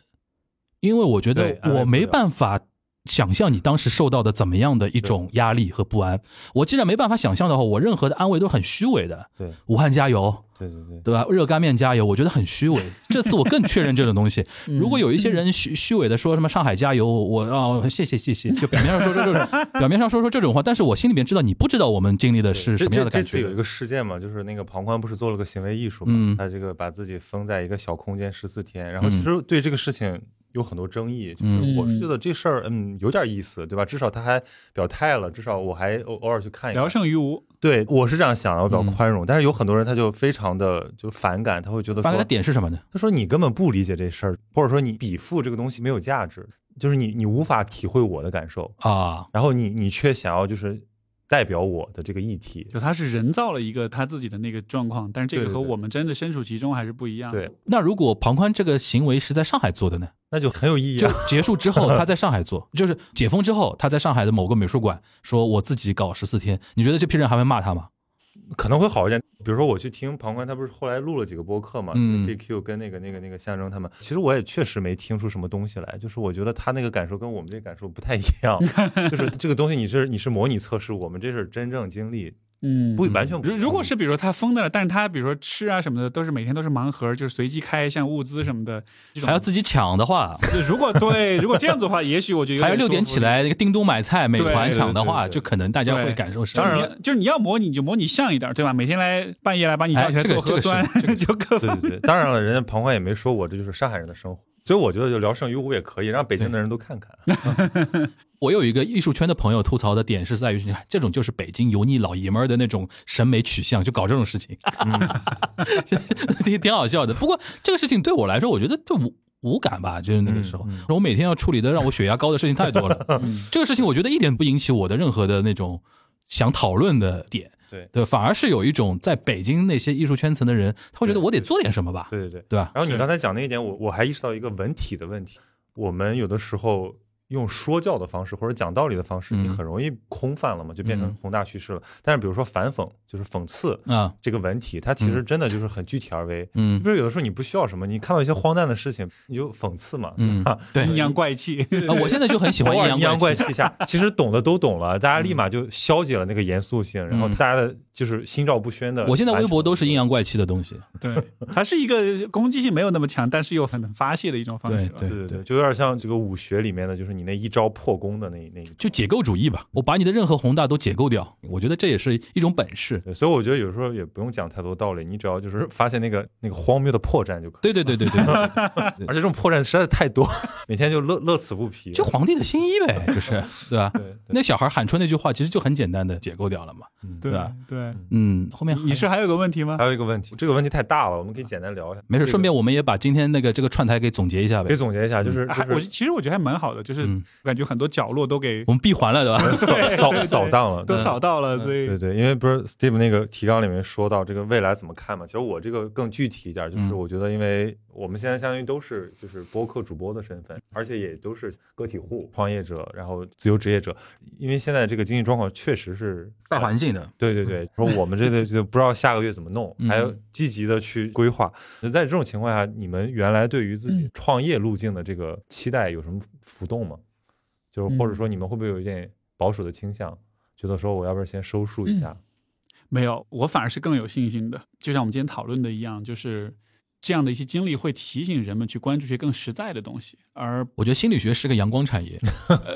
C: 因为我觉
A: 对
C: 得
A: 安慰
C: 我
A: 不
C: 没
A: 了
C: 办法想象你当时受到的怎么样的一种压力和不安。我既然没办法想象的话，我任何的安慰都是很虚伪的。
A: 对
C: 武汉加油，
A: 对对对，
C: 对吧？热干面加油，我觉得很虚伪。这次我更确认这种
A: <laughs>
C: 东西。
A: 嗯
C: 如果有一些人虚虚伪的说什么上海加油，我哦谢谢谢谢，就表面上说说这
A: <laughs>
C: 种，表面上说说这种话，但是我心里边知道你不知道我们经历的是
A: 这
C: 什么样
A: 这
C: 的
A: 这
C: 感
A: 次有一
C: 觉。
A: 个事件嘛，就是那个庞宽不是做了个行为艺术嘛，
C: 嗯
A: 他这个把自己封在一个小空间十四天，然后其
C: 嗯
A: 实对这个事情。有很多争议，就是
C: 嗯
A: 我是觉得这事儿，嗯，有点意思，对吧？至少他还表态了，至少我还偶偶尔去看一看
B: 聊。胜于无，
A: 对，我是这样想的，我比较
C: 嗯
A: 宽容。但是有很多人他就非常的就反感，他会觉得
C: 反
A: 说
C: 正的点是什么呢？
A: 他说你根本不理解这事儿，或者说你比附这个东西没有价值，就是你你无法体会我的感受，
C: 啊，
A: 然后你你却想要就是代表我的这个议题。
B: 就他是人造了一个他自己的那个状况，但是这个
A: 对对
B: 和
A: 对
B: 我们真的身处其中还是不
C: 啊
B: 一样的。
A: 对，
C: 那如果庞宽这个行为是在上海做的呢？
A: 那就很有意义
C: 就
A: 啊。
C: 结束
A: <laughs>
C: 之后，他在上海做，就是解封之后，他在上海的某个美术馆说我自己搞十四天，你觉得这批人还会骂他吗？
A: 可能会好一点。比如说我去听庞宽，他不是后来录了几个播客嘛、
C: 嗯
A: d q 跟那个那个那个象征他们，其实我也确实没听出什么东西来，就是我觉得他那个感受跟我们这个感受不太一
B: <laughs>
A: 样，就是这个东西你是你是模拟测试，我们这是真正经历，
B: 嗯
A: 不完全不
B: 如如果是比如说他封在了，但是他比如说吃啊什么的都是每天都是盲盒，就是随机开，像物资什么的。
C: 还要自己抢的话，
B: 就如果对，如果这样子的话，也许我觉得
C: 还有六点起。来那个叮咚买菜美
B: 对
C: 团
B: 对
C: 抢的
A: 对
C: 话，
A: 对
C: 就可能大家会
B: 对
C: 感受是哎
B: 当然了，就是你要模拟，你就模拟像一点，对吧？每天来半夜来把你叫起来
C: 哎这
B: 做
C: 个
B: 核酸， <laughs> 就各
A: 对对对，当然了，人家庞宽也没说我这就是上海人的生活，所以我觉得就聊胜于无也可以，让北京的人都看看。
C: 我有一个艺术圈的朋友吐槽的点是在于，这种就是北京油腻老爷们儿的那种审美取向，就搞这种事情， <laughs>
A: 嗯
C: 挺挺好笑的。不过这个事情对我来说，我觉得就无无感吧，就是那个时候，我每天要处理的让我血压高的事情太多了。这个事情我觉得一点不引起我的任何的那种想讨论的点，
A: 对
C: 对，反而是有一种在北京那些艺术圈层的人，他会觉得
A: 对
C: 我得做点什么吧，
A: 对对对。
C: 对吧？
A: 然后你
B: 是
A: 刚才讲那一点，我我还意识到一个文体的问题，我们有的时候。用说教的方式或者讲道理的方式，
C: 嗯
A: 你很容易空泛了嘛，就变成
C: 嗯
A: 宏大叙事了。但是比如说反讽，就是讽刺
C: 啊，
A: 这个文体，它其实真的就是很具体而为。
C: 嗯
A: 比如有的时候你不需要什么，你看到一些荒诞的事情，你就讽刺 <laughs> 嘛，
C: 嗯，对
B: 种阴阳怪气。
C: 啊，我现在就很喜欢
A: 偶尔
C: 阴
A: 阳
C: 阳怪
A: 怪
C: 气。
A: 气一
C: <laughs>
A: 下，其实懂的都懂了，大家立马就消解了那个严肃性，然后
C: 嗯
A: 大家的就是心照不宣的。
C: 我现在微博都是阴。阳怪气的东西，
B: 对，它是一个攻击性没有那么强，但是又很发泄的一种方式。
C: 对
A: 对对对，就有点像这个武学里面的，就是你那一招破功的那那一招
C: 就解构主义吧，我把你的任何宏大都解构掉，我觉得这也是一种本事。
A: 对所以我觉得有时候也不用讲太多道理，你只要就是发现那个那个荒谬的破绽就可以。
C: 对对对对对， <laughs>
A: 而且这种破绽实在是太多， <laughs> 每天就乐乐此不疲。
C: 就皇帝的新衣呗，就是对吧？
A: 对对，
C: 那小孩喊出那句话，其实就很简单的解构掉了嘛。
A: 嗯
B: 对
C: 吧
B: 对，
C: 嗯，后面还
B: 你是还有个问题吗
A: 还？有一个问题，这个问题太大了，我们可以简单聊一下。
C: 没事，
A: 这个
C: 顺便我嗯们也把今天那个这个串台给总结一下
A: 可以
C: 呗。
A: 总结一下，就是
C: 啊
B: 还
A: 就
B: 我
A: 是
B: 其实我觉得还蛮好的，就是
C: 嗯
B: 感觉很多角落都给
C: 我们闭环了，对吧？
A: 扫扫扫荡了，
B: 都扫到了，所以
A: 嗯对对，因为不是 Steve 那个提纲里面说到这个未来怎么看嘛，其实我这个更具体一点，就是
C: 嗯
A: 我觉得，因为我们现在相当于都是就是播客主播的身份，而且也都是个体户、创业者，然后自由职业者，因为现在这个经济状况确实是
C: 大环境的，
A: 对对对，说我们这个就不知道下个月怎么弄，
C: 嗯
A: 还要积极的去规划。就在这种情况下，你们原来对于自
C: 嗯
A: 己创业路径的这个期待有什么浮动吗？就是
C: 嗯
A: 或者说你们会不会有一点保守的倾向，觉得说我要不要先收束
C: 嗯
A: 一下？
B: 没有，我反而是更有信心的。就像我们今天讨论的一样，就是这样的一些经历会提醒人们去关注一些更实在的东西，而
C: 我觉得心理学是个阳光产业，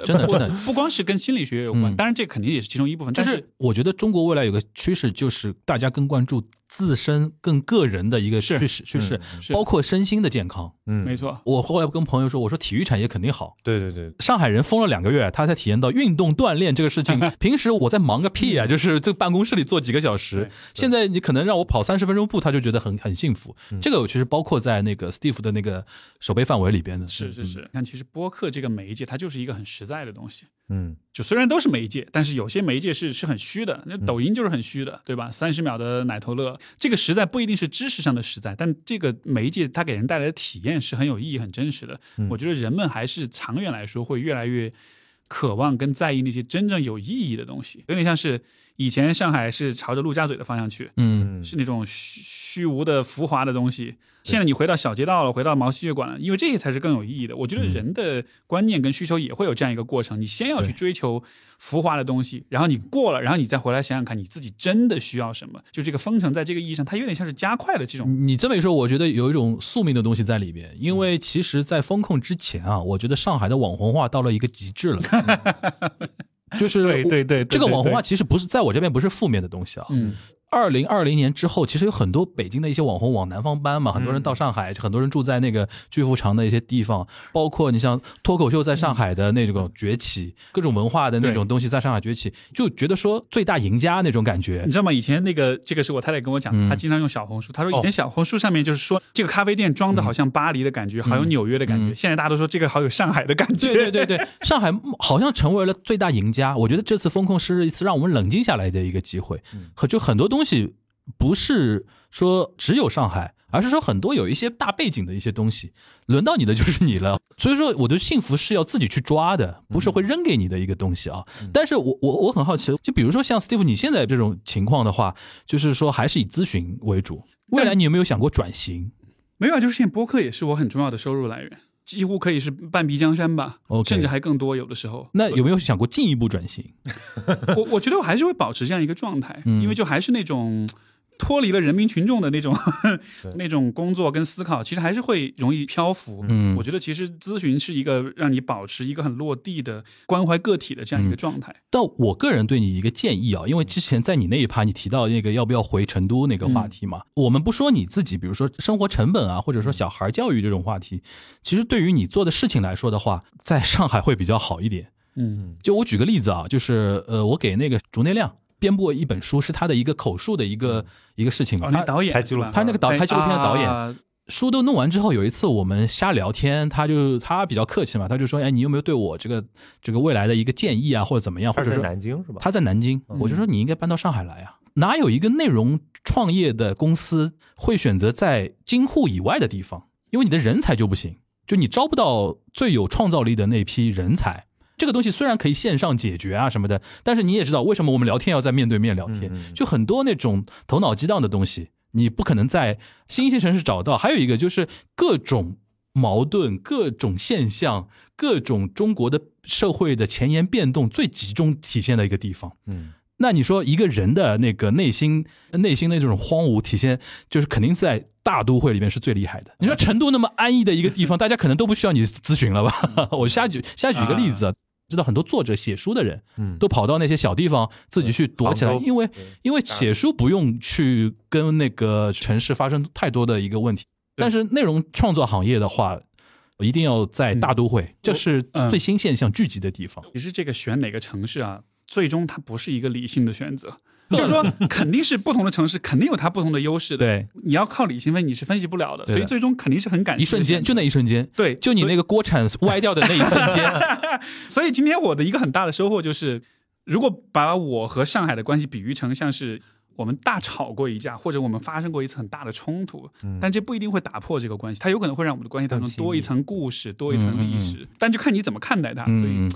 C: 真的真的。
B: 不光是跟心理学有关。
C: 嗯
B: 当然，这肯定也是其中一部分，
C: 就
B: 但
C: 是我觉得中国未来有个趋势，就是大家更关注自身更个人的一个
B: 是嗯
C: 叙事叙事，
B: 是
C: 包括身心的健康。
A: 嗯，
B: 没，错，
C: 我后来跟朋友说，我说体育产业肯定好。
A: 对对对，
C: 上海人疯了两个月，他才体验到运动锻炼这个
B: <laughs>
C: 事情。平时我在忙个屁啊，就是这个办公室里坐几个小时
B: 嗯对。
C: 现在你可能让我跑三十分钟步，他就觉得很很幸福。
B: 嗯
C: 这个我其实包括在那个 Steve 的那个手背范围里边的。
B: 是是是。
C: 嗯，
B: 你看，其实播客这个媒介，它就是一个很实在的东西。
A: 嗯
B: 就虽然都是媒介，但是有些媒介是是很虚的，那抖音就是很虚的，对吧？三十秒的奶头乐，这个实在不一定是知识上的实在，但这个媒介它给人带来的体验是很有意义、很真实的。我觉得人们还是长远来说会越来越渴望跟在意那些真正有意义的东西，有点像是以前上海是朝着陆家嘴的方向去，
C: 嗯，
A: 嗯，
B: 是那种虚虚无的浮华的东西。现在你回到小街道了，回到毛细血管了，因为这些才是更有意义的。我觉得
C: 嗯
B: 人的观念跟需求也会有这样一个过程，你先要去追求浮华的东西，然后你过了，然后你再回来想想看你自己真的需要什么。就这个封城，在这个意义上，它有点像是加快了这种。
C: 你这么一说，我觉得有一种宿命的东西在里边，因
A: 嗯
C: 为其实，在风控之前啊，我觉得上海的网红化到了一个极
A: <laughs>
C: 致了，就是
A: 对对对，对
C: 这个网红化
A: 对
C: 其实不是在我这边不是负面的东西啊。
B: 嗯，
C: 二零二零年之后，其实有很多北京的一些网红往南方搬嘛，很多人到
A: 嗯
C: 上海，很多人住在那个巨富长的一些地方，包括你像脱口秀在上海的那种崛起，各种文化的那种东西在上海崛起，就觉得说最大赢家那种感觉
B: 你。知道吗？以前那个这个是我太太跟我讲
C: 嗯哦
B: 的，她经常用小红书。她说以前小红书上面就是说这个咖啡店装的
C: 嗯
B: 好像巴黎的感觉，好有纽约的感觉。现在大家都说这个好有上海的感觉。
C: 对 <laughs> 对对对，上海好像成为了最大赢家。我觉得这次风控是一次让我们冷静下来的一个机会
A: 嗯，
C: 和就很多东西不是说只有上海，而是说很多有一些大背景的一些东西，轮到你的就是你
B: <laughs>
C: 了。所以说，我觉得幸福是要自己去抓的，
B: 嗯
C: 不是会扔给你的一个东西啊。但是我我我很好奇，就比如说像 Steve 你现在这种情况的话，就是说还是以咨询为主，未来你有没有想过转型？
B: 没有，啊，就是现在播客也是我很重要的收入来源，几乎可以是半壁江山吧
C: 哦 OK
B: 甚至还更多，有的时候。 <laughs>
C: 那有没有想过进一步转型？
B: 我我觉得我还是会保持这样一个状态，
C: 嗯
B: 因为就还是那种脱离了人民群众的那
C: <laughs>
B: 种那种工作跟思考，其实还是会容易漂浮。
C: 嗯
B: 我觉得其实咨询是一个让你保持一个很落地的关怀个体的这样一
C: 嗯
B: 个状态。
C: 但我个人对你一个建议啊，因为之前在你那一趴你提到那个要不要回成都那个话题嘛，我们不说你自己，比如说生活成本啊，或者说小孩教育这种话题，其实对于你做的事情来说的话，在上海会比较好一点。
B: 嗯
C: 就我举个例子啊，就是呃，我给那个竹内亮编过一本书，是他的一个口述的一个一个事情嘛。
B: 哦，
C: 他
B: 那导演
A: 拍纪录
B: 是吧
A: 片
C: 他那个导
B: 哎
C: 拍纪录片的导演
B: 啊
C: 书都弄完之后，有一次我们瞎聊天，他就他比较客气嘛，他就说，哎，你有没有对我这个这个未来的一个建议啊，或者怎么样，或
A: 他
C: 者
A: 是
C: 说
A: 南京是吧？
C: 他在南京，
A: 嗯
C: 我就说你应该搬到上海来啊。哪有一个内容创业的公司会选择在京沪以外的地方？因为你的人才就不行，就你招不到最有创造力的那批人才。这个东西虽然可以线上解决啊什么的，但是你也知道为什么我们聊天要在面对面聊天，
A: 嗯嗯嗯
C: 就很多那种头脑激荡的东西，你不可能在新兴城市找到。还有一个就是各种矛盾、各种现象、各种中国的社会的前沿变动最集中体现的一个地方。
A: 嗯，
C: 那你说一个人的那个内心、内心的这种荒芜体现，就是肯定是在大都会里面是最厉害的。你说成都那么安逸的一个地方，大家可能都不需要你咨询了吧？ <laughs> 我瞎举瞎举个例子啊，知道很多作者写书的人
A: 嗯
C: 都跑到那些小地方自己去躲起来，
A: 杭州
C: 因为
A: 对
C: 因为写书不用去跟那个城市发生太多的一个问题，但是内容创作行业的话，一定要在大都会，这是最新现象聚集的地方。
B: 其实这个选哪个城市啊，最终它不是一个理性的选择。就是说，肯定是不同的城市，肯定有它不同的优势的。
C: 嗯对，
B: 你要靠理性分析，你是分析不了的，所
C: 对的
B: 以最终肯定是很感性
C: 一
B: 的
C: 瞬间，
B: 选择
C: 就那一瞬间，
B: 对，
C: 就你
B: 所以
C: 那个锅铲歪掉的那一瞬间，
A: <laughs>
B: 所以今天我的一个很大的收获就是，如果把我和上海的关系比喻成像是我们大吵过一架，或者我们发生过一次很大的冲突，
C: 嗯
B: 但这不一定会打破这个关系，它有可能会让我们的关系当中
A: 更亲密
B: 多一层故事，多一层历史，但就看你怎么看待它。所以
C: 嗯，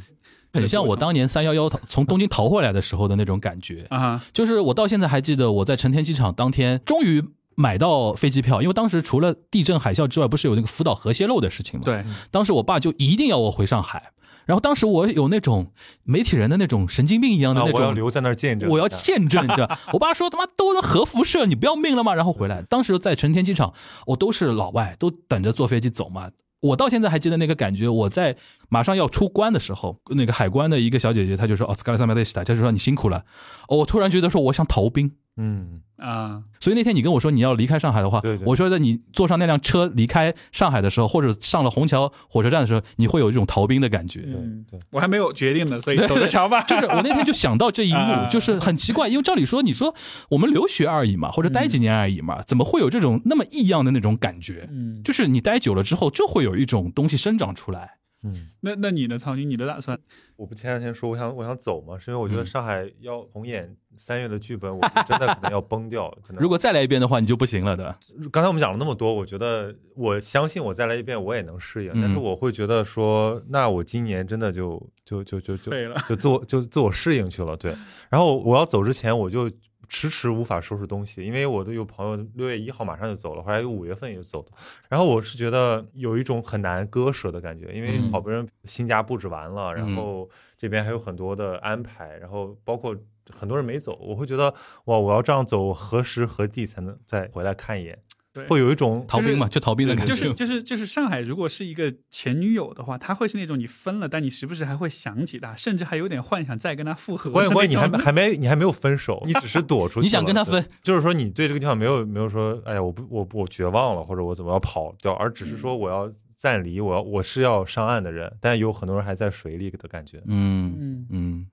C: 很像我当年三 <laughs> 幺幺从东京逃回来的时候的那种感觉。
B: 啊，
C: 就是我到现在还记得，我在成田机场当天终于买到飞机票，因为当时除了地震、海啸之外，不是有那个福岛核泄漏的事情吗？
B: 对，
C: 当时我爸就一定要我回上海，然后当时我有那种媒体人的那种神经病一样的
A: 啊，
C: 那
A: 我要
C: 种。
A: 留在那儿见证，
C: 我要见证，你知道？我爸说他妈都是核辐射，你不要命了吗？然后回来，当时在成田机场，我都是老外，都等着坐飞机走嘛。我到现在还记得那个感觉，我在马上要出关的时候，那个海关的一个小姐姐，她就说：“哦，斯卡雷萨梅德西达，她就说你辛苦了。哦”我突然觉得说我想逃兵，
A: 嗯，
B: 啊，
C: 所以那天你跟我说你要离开上海的话，
A: 对对
C: 我觉得你坐上那辆车离开上海的时候，或者上了虹桥火车站的时候，你会有一种逃兵的感觉。
A: 对
B: 嗯
A: 对，
B: 我还没有决定呢， <laughs> 所以走着瞧吧。
C: 就是我那天就想到这一幕
B: 啊，
C: 就是很奇怪，因为照理说，你说我们留学而已嘛，或者待几年而已嘛，怎么会有这种那么异样的那种感觉？
B: 嗯，
C: 就是你待久了之后，就会有一种东西生长出来。
A: 嗯。
B: 那那你呢，曹宁？你的打算？
A: 我不前两天说我想我想走嘛，是因为我觉得
C: 嗯
A: 上海要红演三月的剧本，我是真的可能要崩掉。可能
C: 如果再来一遍的话，你就不行了的。
A: 刚才我们讲了那么多，我觉得我相信我再来一遍我也能适应，但是
C: 嗯
A: 我会觉得说，那我今年真的就就就就就
B: 废了
A: 就自我就自我适应去了。对，然后我要走之前我就。迟迟无法收拾东西，因为我都有朋友六月一号马上就走了，后来有五月份也就走了。然后我是觉得有一种很难割舍的感觉，因为
C: 嗯
A: 好不容易新家布置完了，然
C: 嗯
A: 后这边还有很多的安排，然后包括很多人没走，我会觉得哇，我要这样走，我何时何地才能再回来看一眼？
B: 对
A: 会有一种
C: 逃兵嘛，就逃兵的感觉。
B: 就是 <laughs> 就是就是上海，如果是一个前女友的话，她会是那种你分了，但你时不时还会想起她，甚至还有点幻想再跟她复合的
A: 关键
B: 那
A: 关键你还
B: 种。
A: 没还没你还没有分手，你只是躲出去了。
C: 你想跟他
A: 对
C: 分，
A: 就是说你对这个地方没有没有说，哎呀，我不我我绝望了，或者我怎么要跑掉，而只是说我要暂离，我要我是要上岸的人，但有很多人还在水里的感觉。
C: 嗯
B: 嗯，
C: 嗯，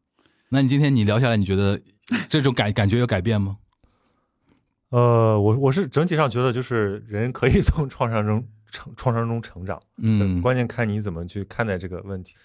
C: 那你今天你聊下来，你觉得这种感感觉有改变吗？
A: 呃，我我是整体上觉得，就是人可以 <laughs> 从创伤中成创伤中成长，
C: 嗯，
A: 呃关键看你怎么去看待这个问题。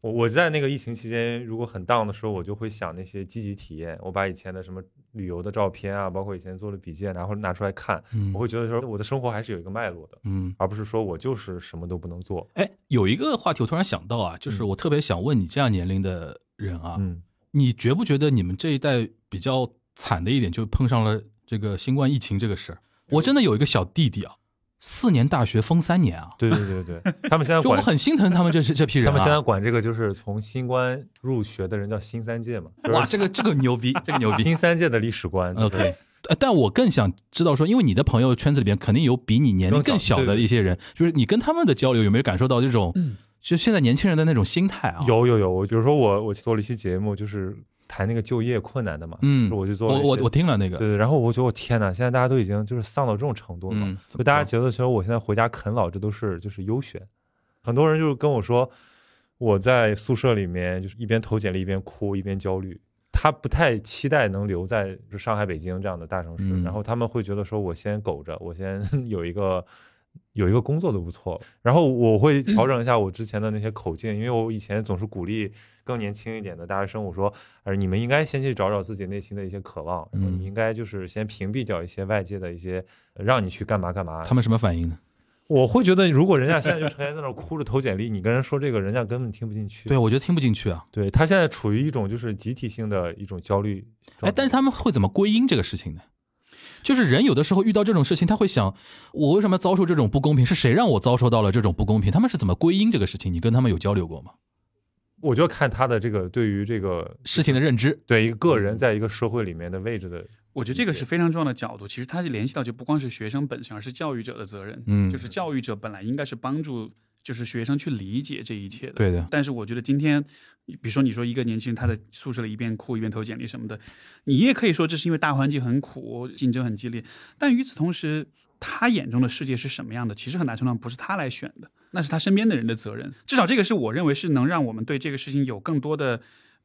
A: 我我在那个疫情期间，如果很 down 的时候，我就会想那些积极体验，我把以前的什么旅游的照片啊，包括以前做的笔记啊，然后拿出来看，
C: 嗯
A: 我会觉得说我的生活还是有一个脉络的，
C: 嗯。
A: 而不是说我就是什么都不能做。
C: 哎，有一个话题我突然想到啊，就是我特别想问你这样年龄的人啊，
A: 嗯，
C: 你觉不觉得你们这一代比较惨的一点，就碰上了这个新冠疫情这个事儿？我真的有一个小弟弟啊，四年大学封三年啊，
A: 对对对对，
C: <laughs>
A: 他们现在
C: 就我
A: 管。
C: 很心疼他们这这批人、
A: 他
C: 啊。
A: 们现在管这个就是从新冠入学的人叫新三届嘛，就是
C: 哇，这个这个牛逼，这个牛逼。
A: 新三届的历史观。就是
C: OK，呃但我更想知道说，因为你的朋友圈子里边肯定有比你年龄
A: 更
C: 更
A: 小
C: 小的
A: 对
C: 一些人，就是你跟他们的交流有没有感受到这种，就现在年轻人的那种心态啊？，
A: 有有有，我比如说我我做了一期节目，就是谈那个就业困难的嘛，
C: 嗯
A: 就是我就做了
C: 我
A: 一些
C: 我我听了那个，
A: 对对，然后我觉得我天哪，现在大家都已经就是丧到这种程度了嘛，
C: 嗯，
A: 所以大家觉得说我现在回家啃老，这都是就是优选。很多人就是跟我说，我在宿舍里面就是一边投简历一边哭一边焦虑。他不太期待能留在就上海、北京这样的大城市，
C: 嗯
A: 然后他们会觉得说，我先苟着，我先 <laughs> 有一个有一个工作都不错。然后我会调整一下我之前的那些口径，因为我以前总是鼓励更年轻一点的大学生，我说，而你们应该先去找找自己内心的一些渴望，然后
C: 嗯
A: 你应该就是先屏蔽掉一些外界的一些呃让你去干嘛干嘛。
C: 他们什么反应呢？
A: 我会觉得，如果人家现在就成天在那儿哭着投简历，你跟人说这个，人家根本听不进去。
C: 对，我觉得听不进去啊。
A: 对他现在处于一种就是集体性的一种焦虑状态。
C: 哎，但是他们会怎么归因这个事情呢？就是人有的时候遇到这种事情，他会想，我为什么遭受这种不公平？是谁让我遭受到了这种不公平？他们是怎么归因这个事情？你跟他们有交流过吗？
A: 我就看他的这个对于这个
C: 事情的嗯认知，
A: 对一个个人在一个社会里面的位置的，
B: 我觉得这个是非常重要的角度。其实它联系到就不光是学生本身，而是教育者的责任。
C: 嗯
B: 就是教育者本来应该是帮助就是学生去理解这一切的。
C: 对的，
B: 但是我觉得今天，比如说你说一个年轻人他在宿舍里一边哭一边投简历什么的，你也可以说这是因为大环境很苦，竞争很激烈。但与此同时，他眼中的世界是什么样的，其实很大程度上不是他来选的，那是他身边的人的责任。至少这个是我认为是能让我们对这个事情有更多的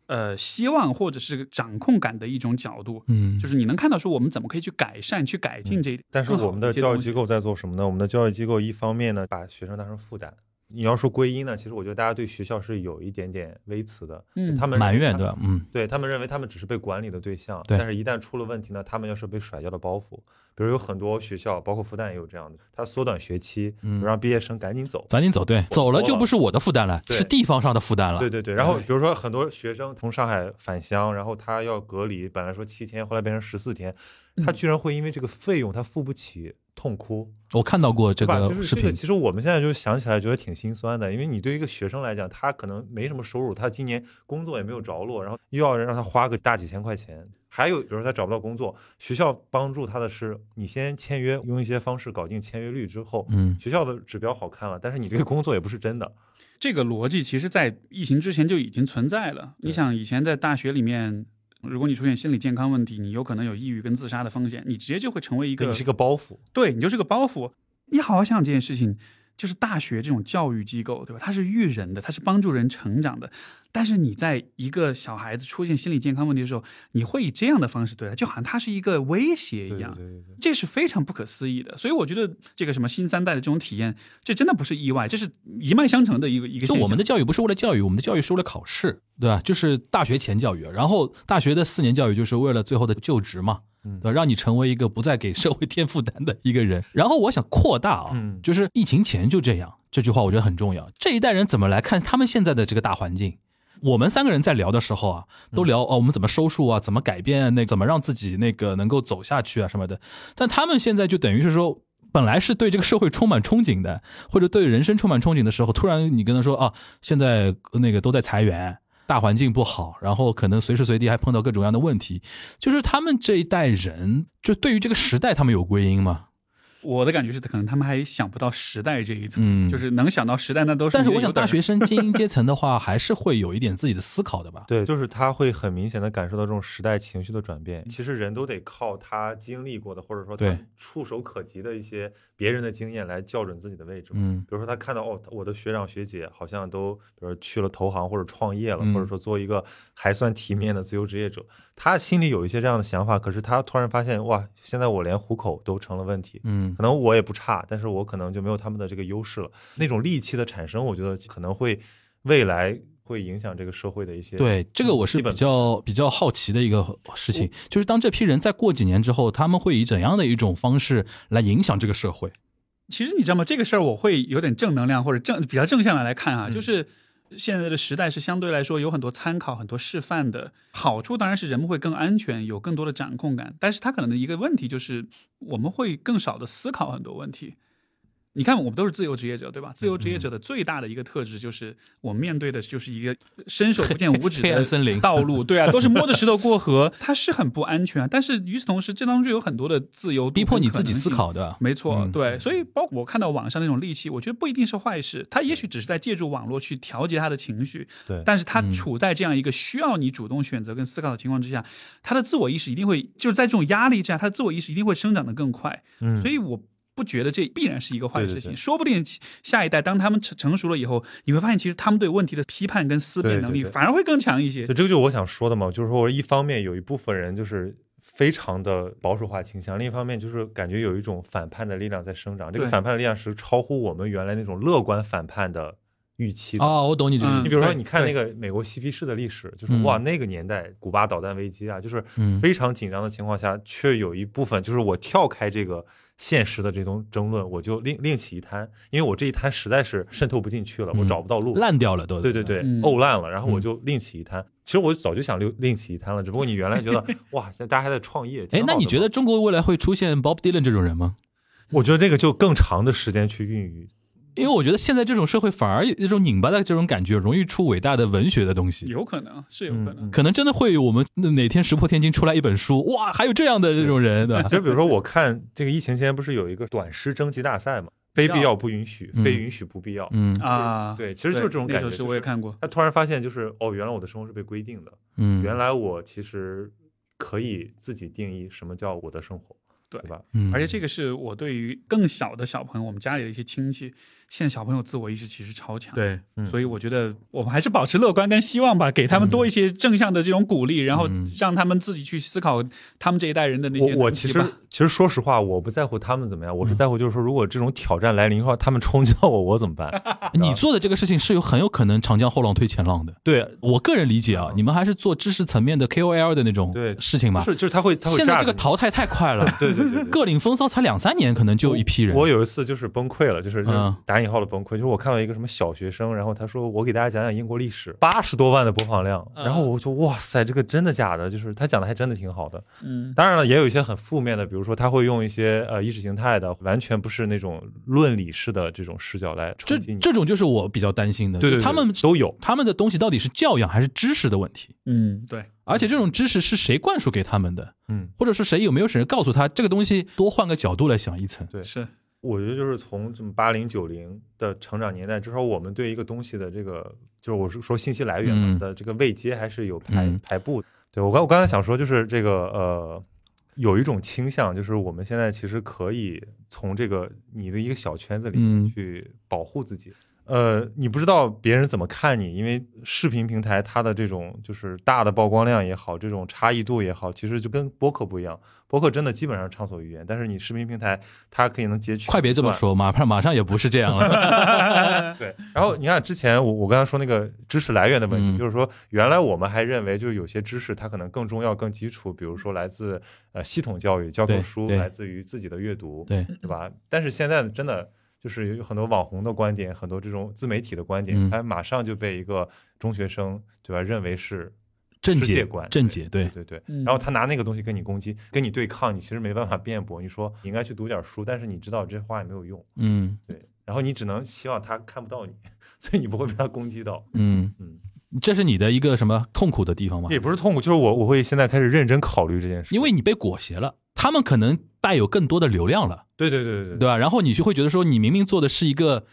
B: 呃希望或者是掌控感的一种角度。
C: 嗯，
B: 就是你能看到说我们怎么可以去改善、去改进这一、
A: 嗯但是
B: 更好
A: 我们的
B: 一些
A: 教育
B: 东西
A: 机构在做什么呢？我们的教育机构一方面呢，把学生当成负担。你要说归因呢，其实我觉得大家对学校是有一点点微词的，
B: 嗯
A: 他们
C: 埋怨
A: 他
C: 对吧？嗯
A: 对他们认为他们只是被管理的对象，
C: 对
A: 但是一旦出了问题呢，他们要是被甩掉的包袱。比如有很多学校，包括复旦也有这样的，他缩短学期，
C: 嗯
A: 让毕业生赶紧走。
C: 赶紧走，对，嗯走了
A: 了
C: 就不是我的负担了，
A: 对
C: 是地方上的负担了。
A: 对对对，然后
B: 对
A: 比如说很多学生从上海返乡，然后他要隔离，本来说七天，后来变成十四天，
B: 嗯
A: 他居然会因为这个费用他付不起，痛哭。
C: 我看到过这
A: 对吧？
C: 个
A: 就是
C: 视
A: 这个，
C: 频，
A: 其实我们现在就想起来觉得挺心酸的，因为你对于一个学生来讲，他可能没什么收入，他今年工作也没有着落，然后又要让他花个大几千块钱。还有，比如说他找不到工作，学校帮助他的是，你先签约，用一些方式搞定签约率之后，
C: 嗯
A: 学校的指标好看了，但是你这个工作也不是真的。
B: 这个逻辑其实，在疫情之前就已经存在了。
A: 对
B: 你想，以前在大学里面，如果你出现心理健康问题，你有可能有抑郁跟自杀的风险，你直接就会成为一
A: 对
B: 个
A: 你是个包袱，
B: 对你就是个包袱。你好好想想这件事情，就是大学这种教育机构，对吧？它是育人的，它是帮助人成长的。但是你在一个小孩子出现心理健康问题的时候，你会以这样的方式对待，就好像他是一个威胁一
A: 对对
B: 样。
A: 对对对。
B: 这是非常不可思议的，所以我觉得这个什么新三代的这种体验，这真的不是意外，这是一脉相承的一个一个
C: 就
B: 现象。
C: 我们的教育不是为了教育，我们的教育是为了考试，对吧？就是大学前教育，然后大学的四年教育就是为了最后的就职嘛，
A: 嗯
C: 对吧？呃让你成为一个不再给社会添负担的一个人。然后我想扩大啊，
A: 嗯
C: 就是疫情前就这样，这句话我觉得很重要。这一代人怎么来看他们现在的这个大环境？我们三个人在聊的时候啊，
A: 嗯
C: 都聊哦，我们怎么收束啊，怎么改变啊那怎么让自己那个能够走下去啊什么的。但他们现在就等于是说，本来是对这个社会充满憧憬的，或者对人生充满憧憬的时候，突然你跟他说啊，现在呃那个都在裁员，大环境不好，然后可能随时随地还碰到各种各样的问题，就是他们这一代人，就对于这个时代他们有归因嘛。
B: 我的感觉是，可能他们还想不到时代这一层，
C: 嗯
B: 就是能想到时代，那都是。
C: 但是我想，大学生精英阶层的话，还是会有一点自己的思考的吧。
A: <laughs> 对，就是他会很明显的感受到这种时代情绪的转变。其实人都得靠他经历过的，或者说他
C: 对
A: 触手可及的一些别人的经验来校准自己的位置嘛。
C: 嗯
A: 比如说他看到哦，我的学长学姐好像都，比如说去了投行或者创业了，
C: 嗯
A: 或者说做一个还算体面的自由职业者，他心里有一些这样的想法。可是他突然发现，哇，现在我连糊口都成了问题。
C: 嗯
A: 可能我也不差，但是我可能就没有他们的这个优势了。那种戾气的产生，我觉得可能会未来会影响这个社会的一些
C: 对，这个我是
A: 基
C: 比
A: 本
C: 较比较好奇的一个事情，就是当这批人再过几年之后，他们会以怎样的一种方式来影响这个社会？
B: 其实你知道吗？这个事儿我会有点正能量或者正比较正向的来看
C: 嗯
B: 啊，就是现在的时代是相对来说有很多参考、很多示范的好处，当然是人们会更安全，有更多的掌控感。但是它可能的一个问题就是，我们会更少的思考很多问题。你看，我们都是自由职业者，对吧？自由
C: 嗯
B: 职业者的最大的一个特质就是，我们面对的就是一个伸手不见五指
C: <laughs> 黑暗
B: 的
C: 森林
B: 道路，对啊，都是摸着石头过河，它是很不安全啊。但是与此同时，这当中有很多的自由度
C: 逼迫
B: 跟
C: 你
B: 可
C: 自己
B: 能
C: 思
B: 性
C: 考的。
B: 没错，
C: 嗯
B: 对，所以包括我看到网上那种戾气，我觉得不一定是坏事，他也许只是在借助网络去调节他的情绪，
A: 对嗯
B: 但是他处在这样一个需要你主动选择跟思考的情况之下，他的自我意识一定会就是在这种压力之下，他的自我意识一定会生长得更快，
A: 嗯
B: 所以我。不觉得这必然是一个坏事情，
A: 对对对
B: 说不定下一代当他们成成熟了以后，你会发现其实他们对问题的批判跟思辨能力
A: 对对对
B: 反而会更强一些。
A: 对，这个就是我想说的嘛，就是说，一方面有一部分人就是非常的保守化倾向，另一方面就是感觉有一种反叛的力量在生长。这个
B: 对
A: 反叛的力量是超乎我们原来那种乐观反叛的预期的。
C: 哦，我懂你这个意
A: 你
C: 思。
A: 比如说，
B: 对
A: 你看那个美国嬉皮士的历史，就是
C: 嗯
A: 哇，那个年代古巴导弹危机啊，就是
C: 嗯
A: 非常紧张的情况下，却有一部分就是我跳开这个现实的这种争论，我就另另起一摊，因为我这一摊实在是渗透不进去了，我
C: 嗯
A: 找不到路，
C: 烂掉了都。
A: 对对对
B: 嗯，
A: 沤烂了，然后
C: 嗯
A: 我就另起一摊。其实我早就想另另起一摊了，只不过你原来觉
B: <laughs>
A: 得哇，现在大家还在创业。挺
C: 哎
A: 好，
C: 那
A: 的
C: 你
A: 嘛
C: 觉得？中国未来会出现 Bob Dylan 这种人吗？
A: 我觉得这个就更长的时间去孕育。
C: 因为我觉得现在这种社会反而有一种拧巴的这种感觉，容易出伟大的文学的东西。
B: 有可能是有可能，
A: 嗯嗯
C: 可能真的会有我们哪天石破天惊出来一本书，哇，还有这样的这种人，对吧
A: <laughs> 其？实比如说，我看这个疫情期间不是有一个短诗征集大赛嘛？非必要不允许，
C: 嗯
A: 非允许不必要。
C: 嗯
B: 啊，
A: 对，其实就是这种感觉。
B: 那首诗
A: 就
B: 我也
A: 是
B: 看过，
A: 他突然发现，就是哦，原来我的生活是被规定的，
C: 嗯，
A: 原来我其实可以自己定义什么叫我的生活，
B: 对
A: 对吧？
C: 嗯，
B: 而且这个是我对于更小的小朋友，我们家里的一些亲戚，现在小朋友自我意识其实超强，，
C: 对，
A: 嗯嗯
B: 所以我觉得我们还是保持乐观跟希望吧，给他们多一些正向的这种鼓励，然后
C: 嗯
B: 让他们自己去思考他们这一代人的那些
A: 我我
B: 问
A: 其
B: 题
A: 实
B: 吧。
A: 其实说实话，我不在乎他们怎么样，
C: 嗯
A: 我是在乎就是说，如果这种挑战来临的话，他们冲击到我，我怎么
C: <laughs>
A: 办？
C: 你做的这个事情是有很有可能长江后浪推前浪的。
A: 对，
C: 我个人理解啊，你们还是做知识层面的 KOL 的那种
A: 对
C: 事情
A: 不
C: 吧。
A: 是就是他会他会
C: 现在这个
A: judge 你
C: 淘汰太快了，
A: <laughs> 对对对对
C: 各领风骚才两三年，可能就一批人。
A: 我有一次就是崩溃了，就是就是
C: 嗯
A: 打引号的崩溃，就是我看到一个什么小学生，然后他说我给大家讲讲英国历史，八十多万的播放量，
C: 嗯
A: 然后我就哇塞，这个真的假的？就是他讲的还真的挺好的。
B: 嗯，
A: 当然了，也有一些很负面的，比如说他会用一些呃意识形态的，完全不是那种论理式的这种视角来
C: 这
A: 冲击你。
C: 这种就是我比较担心的，
A: 对对
C: 就
A: 对，
C: 他们
A: 都有。
C: 他们的东西到底是教养还是知识的问题，
B: 嗯，对，
C: 而且这种知识是谁灌输给他们的，
A: 嗯，
C: 或者是谁有没有谁告诉他这个东西，多换个角度来想一层。
A: 对
B: 是
A: 我觉得就是从这么八零九零的成长年代，至少我们对一个东西的这个，就是我是说信息来源嘛
C: 嗯
A: 的这个位阶还是有排
C: 嗯
A: 排布的。对我刚我刚才想说，就是这个呃，有一种倾向，就是我们现在其实可以从这个你的一个小圈子里面
C: 嗯
A: 去保护自己。呃，你不知道别人怎么看你，因为视频平台它的这种就是大的曝光量也好，这种差异度也好，其实就跟播客不一样。播客真的基本上畅所欲言，但是你视频平台它可以能截取。
C: 快别这么。说，马上马上也不是这
A: <laughs>
C: 样了。
A: 对，然后你看之前我我刚才说那个知识来源的问题，
C: 嗯
A: 就是说原来我们还认为就是有些知识它可能更重要、更基础，比如说来自呃系统教育、教科
C: 对
A: 书，
C: 对
A: 来自于自己的阅读，
C: 对
A: 对吧？但是现在真的就是有很多网红的观点，很多这种自媒体的观点，
C: 嗯
A: 它马上就被一个中学生对吧认为是
C: 正
A: 世界
C: 解
A: 观，
C: 正解，对，
A: 对对
B: 嗯
A: 然后他拿那个东西跟你攻击、跟你对抗，你其实没办法辩驳。你说你应该去读点书，但是你知道这话也没有用。
C: 嗯
A: 对，然后你只能希望他看不到你， <laughs> 所以你不会被他攻击到。
C: 嗯
A: 嗯，
C: 这是你的一个什么痛苦的地方吗？
A: 也不是痛苦，就是我我会现在开始认真考虑这件事，
C: 因为你被裹挟了，他们可能带有更多的流量了，
A: 对对对对
C: 对
A: 对，
C: 吧？然后你就会觉得说，你明明做的是一个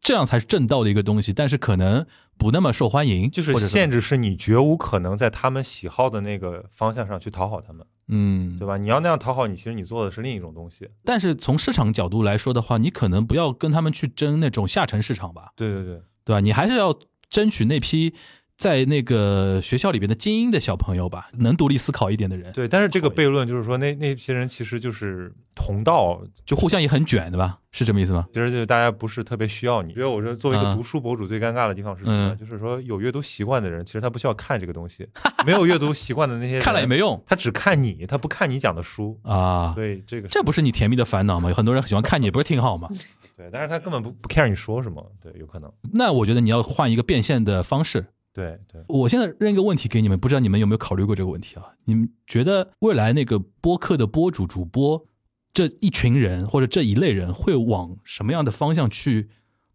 C: 这样才是正道的一个东西，但是可能不那么受欢迎，
A: 就是
C: 或者
A: 限
C: 制，
A: 制是你绝无可能在他们喜好的那个方向上去讨好他们，
C: 嗯，
A: 对吧？你要那样讨好你，其实你做的是另一种东西。
C: 但是从市场角度来说的话，你可能不要跟他们去争那种下沉市场吧，
A: 对对对，
C: 对吧？你还是要争取那批在那个学校里边的精英的小朋友吧，能独立思考一点的人，
A: 对，但是这个
C: 讨厌
A: 悖论就是说，那那些人其实就是同道，
C: 就互相也很卷，对吧？是这么意思吗？
A: 其实就是大家不是特别需要你。因为我说作为一个
C: 嗯
A: 读书博主，最尴尬的地方是什么呢？
C: 嗯
A: 就是说有阅读习惯的人，其实他不需要看这个东西，没有阅读习惯的那些人，
C: 看了也没用
A: 他只看你，他不看你讲的书，
C: 啊。
A: 所以这个是
C: 这不是你甜蜜的烦恼吗？有很多人喜欢看你，不是挺好吗？
A: 对，但是他根本不不 care 你说什么，对，有可能，
C: 那我觉得你要换一个变现的方式。
A: 对对，
C: 我现在扔一个问题给你们，不知道你们有没有考虑过这个问题啊？你们觉得未来那个播客的播主主播这一群人或者这一类人会往什么样的方向去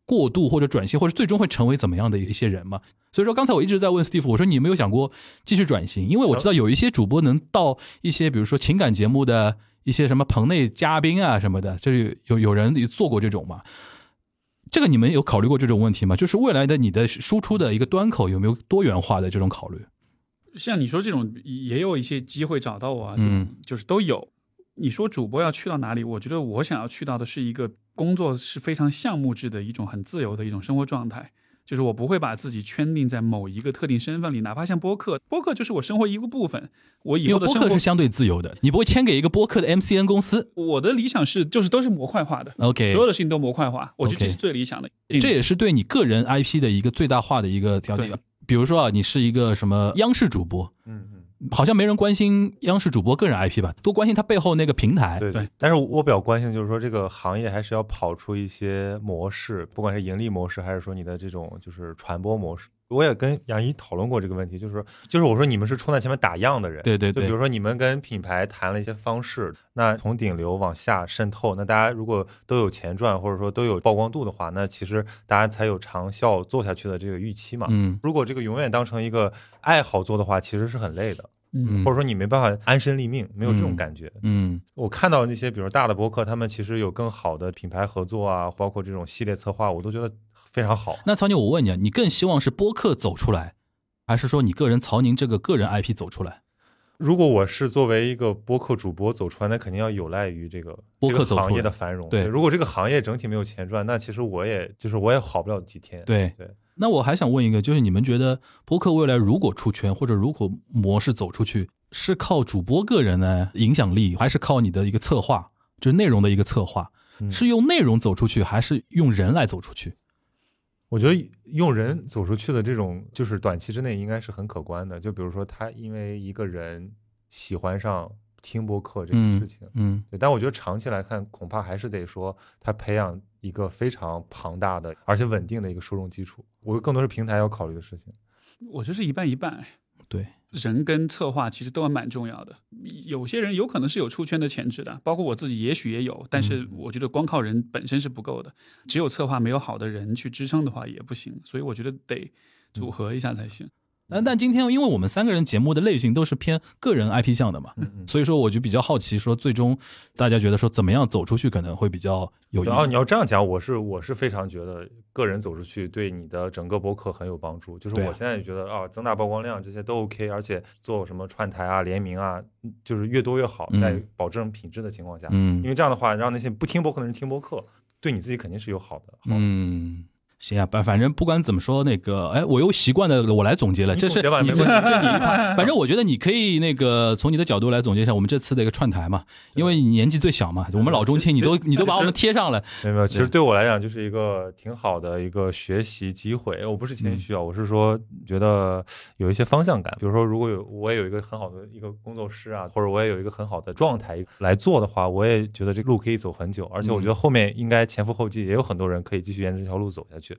C: 过渡或者转型，或者最终会成为怎么样的一些人吗？所以说，刚才我一直在问 Steve，我说你有没有想过继续转型？因为我知道有一些主播能到一些，比如说情感节目的一些什么棚内嘉宾啊什么的，就是有有人做过这种嘛。这个你们有考虑过这种问题吗？就是未来的你的输出的一个端口有没有多元化的这种考虑？
B: 像你说这种，也有一些机会找到我啊，
C: 嗯
B: 嗯，就是都有。你说主播要去到哪里？我觉得我想要去到的是一个工作是非常项目制的一种很自由的一种生活状态，就是我不会把自己圈定在某一个特定身份里，哪怕像播客，播客就是我生活一个部分。我以
C: 因
B: 后
C: 为
B: 的
C: 播
B: 生
C: 客
B: 活
C: 是，相对自由的，你不会签给一个播客的 MCN 公司。
B: 我的理想是就是都是模块化的，
C: OK，
B: 所有的事情都模块化，我觉得这
C: OK
B: 是最理想的。
C: 这也是对你个人 IP 的一个最大化的一个条件
B: 对。
C: 比如说啊，你是一个什么央视主播，
A: 嗯嗯，
C: 好像没人关心央视主播个人 IP 吧，多关心他背后那个平台。
A: 对
B: 对。
A: 但是我比较关心的就是说，这个行业还是要跑出一些模式，不管是盈利模式，还是说你的这种就是传播模式。我也跟杨一讨论过这个问题，就是说就是我说你们是冲在前面打样的人，
C: 对对
A: 就比如
C: 对，
A: 说你们跟品牌谈了一些方式，那从顶流往下渗透，那大家如果都有钱赚，或者说都有曝光度的话，那其实大家才有长效做下去的这个预期嘛。
C: 嗯
A: 如果这个永远当成一个爱好做的话，其实是很累的，
B: 嗯
C: 嗯
A: 或者说你没办法安身立命，没有这种
C: 嗯
A: 感觉。
C: 嗯
A: 我看到那些，比如大的博客，他们其实有更好的品牌合作啊，包括这种系列策划，我都觉得非常好。
C: 那曹宁，我问你啊，你更希望是播客走出来，还是说你个人曹宁这个个人 IP 走出来？
A: 如果我是作为一个播客主播走出来，那肯定要有赖于这个
C: 播客
A: 这
C: 走出
A: 个
C: 来
A: 行业的繁荣。
C: 对
A: 如果这个行业整体没有钱赚，那其实我也就是我也好不了几天。
C: 对
A: 对。
C: 那我还想问一个，就是你们觉得播客未来如果出圈或者如果模式走出去，是靠主播个人的影响力，还是靠你的一个策划，就是内容的一个策划，
A: 嗯
C: 是用内容走出去，还是用人来走出去？
A: 我觉得用人走出去的这种，就是短期之内应该是很可观的。就比如说他因为一个人喜欢上听播客这个
C: 嗯
A: 事情，
C: 嗯
A: 对，但我觉得长期来看，恐怕还是得说它培养一个非常庞大的而且稳定的一个受众基础。我觉得更多是平台要考虑的事情。
B: 我觉得是一半一半。
C: 对，
B: 人跟策划其实都还蛮重要的。有些人有可能是有出圈的潜质的，包括我自己，也许也有。但是我觉得光靠人本身是不够的，只有策划没有好的人去支撑的话也不行。所以我觉得得组合一下才行。
C: 但但今天，因为我们三个人节目的类型都是偏个人 IP 向的嘛，
A: 嗯
C: 所以说我就比较好奇，说最终大家觉得说怎么样走出去可能会比较有意
A: 然后你
C: 思。
A: 要这样讲，我是我是非常觉得个人走出去对你的整个博客很有帮助。就是
C: 对啊
A: 我现在也觉得啊，增大曝光量这些都 OK，而且做什么串台啊、联名啊，嗯就是越多越好，
C: 嗯
A: 在保证品质的情况下，
C: 嗯
A: 因为这样的话，让那些不听博客的人听博客，对你自己肯定是有好的。
B: 哦
A: 好的
C: 嗯，行啊，反反正不管怎么说，那个哎，我又习惯的我来总结了，
A: 你
C: 这是
A: 总结吧
C: 你
A: 没
C: 这
A: 问题
C: 这你一趴，反正我觉得你可以那个从你的角度来总结一下我们这次的一个串台嘛，因为你年纪最小嘛，我们老中
B: <laughs>
C: 青你都你都把我们贴上了，
A: 没有没有，其
C: 对
A: 实对我来讲就是一个挺好的一个学习机会。我不是谦虚啊，我是说觉得有一些方向感。比如说，如果有我也有一个很好的一个工作室啊，或者我也有一个很好的状态来做的话，我也觉得这个路可以走很久。而且我觉得后面应该前赴后继，也有很多人可以继续沿着这条路走下去。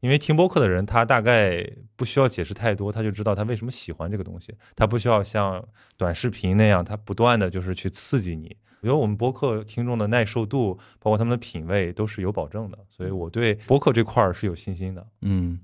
A: 因为听播客的人，他大概不需要解释太多，他就知道他为什么喜欢这个东西。他不需要像短视频那样，他不断的就是去刺激你。我觉得我们播客听众的耐受度，包括他们的品味都是有保证的，所以我对播客这块儿是有信心的。
C: 嗯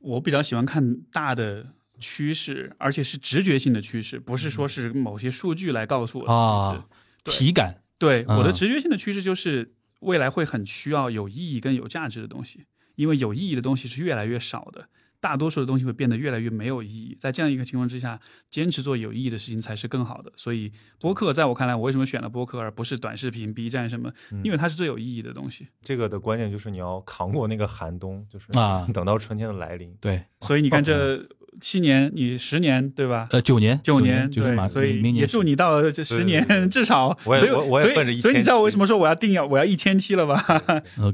B: 我比较喜欢看大的趋势，而且是直觉性的趋势，不是说是某些数据来告诉我的趋势。
C: 啊，
B: 对
C: 体感，
B: 对，
C: 嗯
B: 我的直觉性的趋势就是未来会很需要有意义跟有价值的东西，因为有意义的东西是越来越少的，大多数的东西会变得越来越没有意义。在这样一个情况之下，坚持做有意义的事情才是更好的。所以播客在我看来，我为什么选了播客而不是短视频、B 站什么？
A: 嗯
B: 因为它是最有意义的东西。
A: 这个的关键就是你要扛过那个寒冬，就是
C: 啊
A: 等到春天的来临。
C: 对，
B: 所以你看这七年，你十年对吧？
C: 呃，九年，
B: 九年，
C: 就是马，
B: 对，所以
C: 明年
B: 也祝你到这十
A: 对对对
B: 年至少。
A: 我也
B: 所以
A: 我我也
B: 所以
A: 奔着一
B: 所以你知道
A: 千
B: 我
A: 期
B: 为什么说我要定要我要一千期了吧？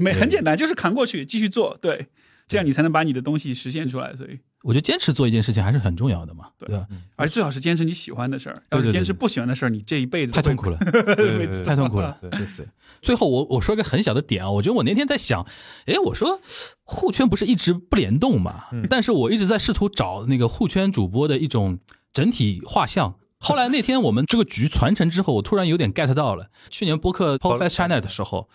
B: 没很简
C: 单。
B: 单，就是扛过去，继续做，对，这样你才能把你的东西实现出来。所以，
C: 我觉得坚持做一件事情还是很重要的嘛，
B: 对
C: 对吧？
B: 而最好是坚持你喜欢的事儿，要
C: 对对
B: 是
C: 对
B: 坚持
C: 对
B: 不喜欢的事儿，你这一辈子
C: 太
B: 都
C: 痛
B: 会
C: 苦
B: <laughs>
C: 了，
A: 对对
C: 太痛苦了。
A: 对
C: 对对。最后我我说一个很小的点啊，我觉得我那天在想，诶，我说互圈不是一直不联动嘛？
A: 嗯
C: 但是我一直在试图找那个互圈主播的一种整体画像。后来那天我们这个局传承之后，我突然有点 get 到了。去年播客 p o d f e s t China 的时候，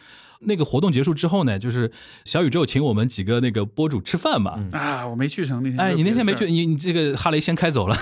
C: 那个活动结束之后呢，就是小宇宙请我们几个那个播主吃饭嘛。
A: 嗯
B: 啊！我没去成那天，
C: 哎，你那天没去，
B: 有别的事
C: 你你这个哈雷先开走
B: <laughs>
C: 了。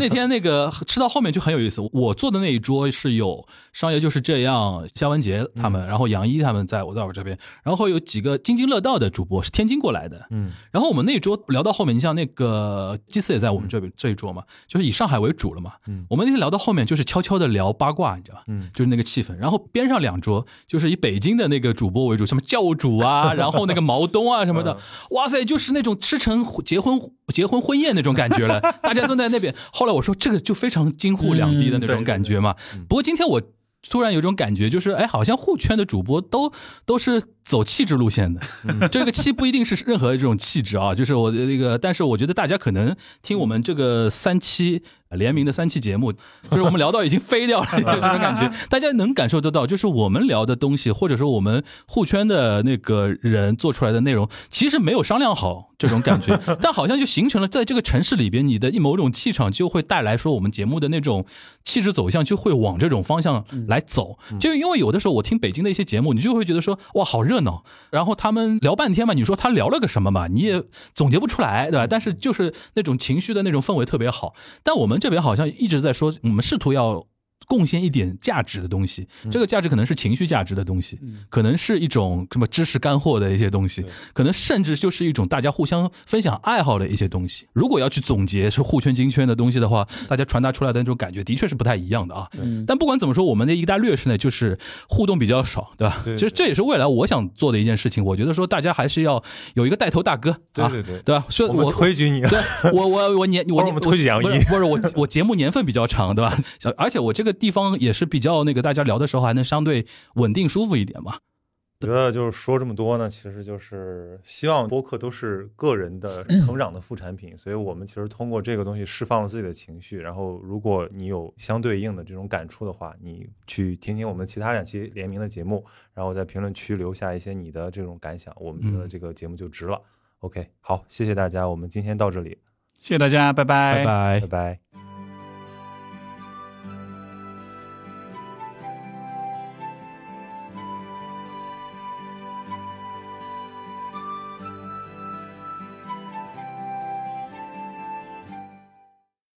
C: 那天那个吃到后面就很有意思，我坐的那一桌是有商爷就是这样，肖文杰他
B: 嗯
C: 们，然后杨一他们在我在我这边，然后有几个津津乐道的主播是天津过来的，
A: 嗯，
C: 然后我们那一桌聊到后面，你像那个基斯也在我们这边、这一桌嘛，就是以上海为主了嘛。
A: 嗯
C: 我们那天聊到后面就是悄悄的聊八卦，你知道吧？
A: 嗯
C: 就是那个气氛。然后边上两桌就是以北京的那个主播为主，什么教主
A: <laughs>
C: 啊，然后那个毛东啊什么
A: 嗯
C: 的，哇塞，就是那种吃成结婚结婚婚宴那种感觉了，大家都在那边。后来我说这个就非常京沪两地的那
A: 嗯
C: 种
A: 对
C: 感觉嘛。不过今天我。突然有种感觉，就是哎，好像互圈的主播都都是走气质路线的，这个气不一定是任何一种气质啊，就是我的那个，但是我觉得大家可能听我们这个三期呃联名的三期节目，就是我们聊到已经飞掉了这种感觉，大家能感受得到，就是我们聊的东西，或者说我们互圈的那个人做出来的内容，其实没有商量好这种感觉，但好像就形成了在这个城市里边，你的一某种气场就会带来说我们节目的那种气质走向就会往这种方向来走，就因为有的时候我听北京的一些节目，你就会觉得说哇好热闹，然后他们聊半天嘛，你说他聊了个什么嘛，你也总结不出来，对吧？但是就是那种情绪的那种氛围特别好。但我们这边好像一直在说，我们试图要贡献一点价值的东西，
A: 嗯
C: 这个价值可能是情绪价值的东西，可能是一种什么知识干货的一些东西
A: 对，
C: 可能甚至就是一种大家互相分享爱好的一些东西。如果要去总结是互圈金圈的东西的话，大家传达出来的那种感觉的确是不太一样的啊。
B: 嗯
C: 但不管怎么说，我们的一个大劣势呢，就是互动比较少，对吧？
A: 对
C: 其实
A: 对
C: 这也是未来我想做的一件事情。我觉得说，大家还是要有一个带头大哥，
A: 对
C: 啊，
A: 对对，
C: 对吧？说
A: 我们
C: 我
A: 推举 <laughs> 你，
C: 对我我我年我
A: 帮我们推举杨
C: 不是
A: 一
C: 不是我 <laughs> 我节目年份比较长，对吧？小而且我这个地方也是比较那个，大家聊的时候还能相对稳定舒服一点嘛。
A: 觉得就是说这么多呢，其实就是希望播客都是个人的成长的副产品，所以我们其实通过这个东西释放了自己的情绪，然后如果你有相对应的这种感触的话，你去听听我们其他两期联名的节目，然后在评论区留下一些你的这种感想，我们觉得
C: 嗯
A: 这个节目就值了。OK，好，谢谢大家，我们今天到这里，
B: 谢谢大家，拜拜
C: 拜。
A: 拜拜。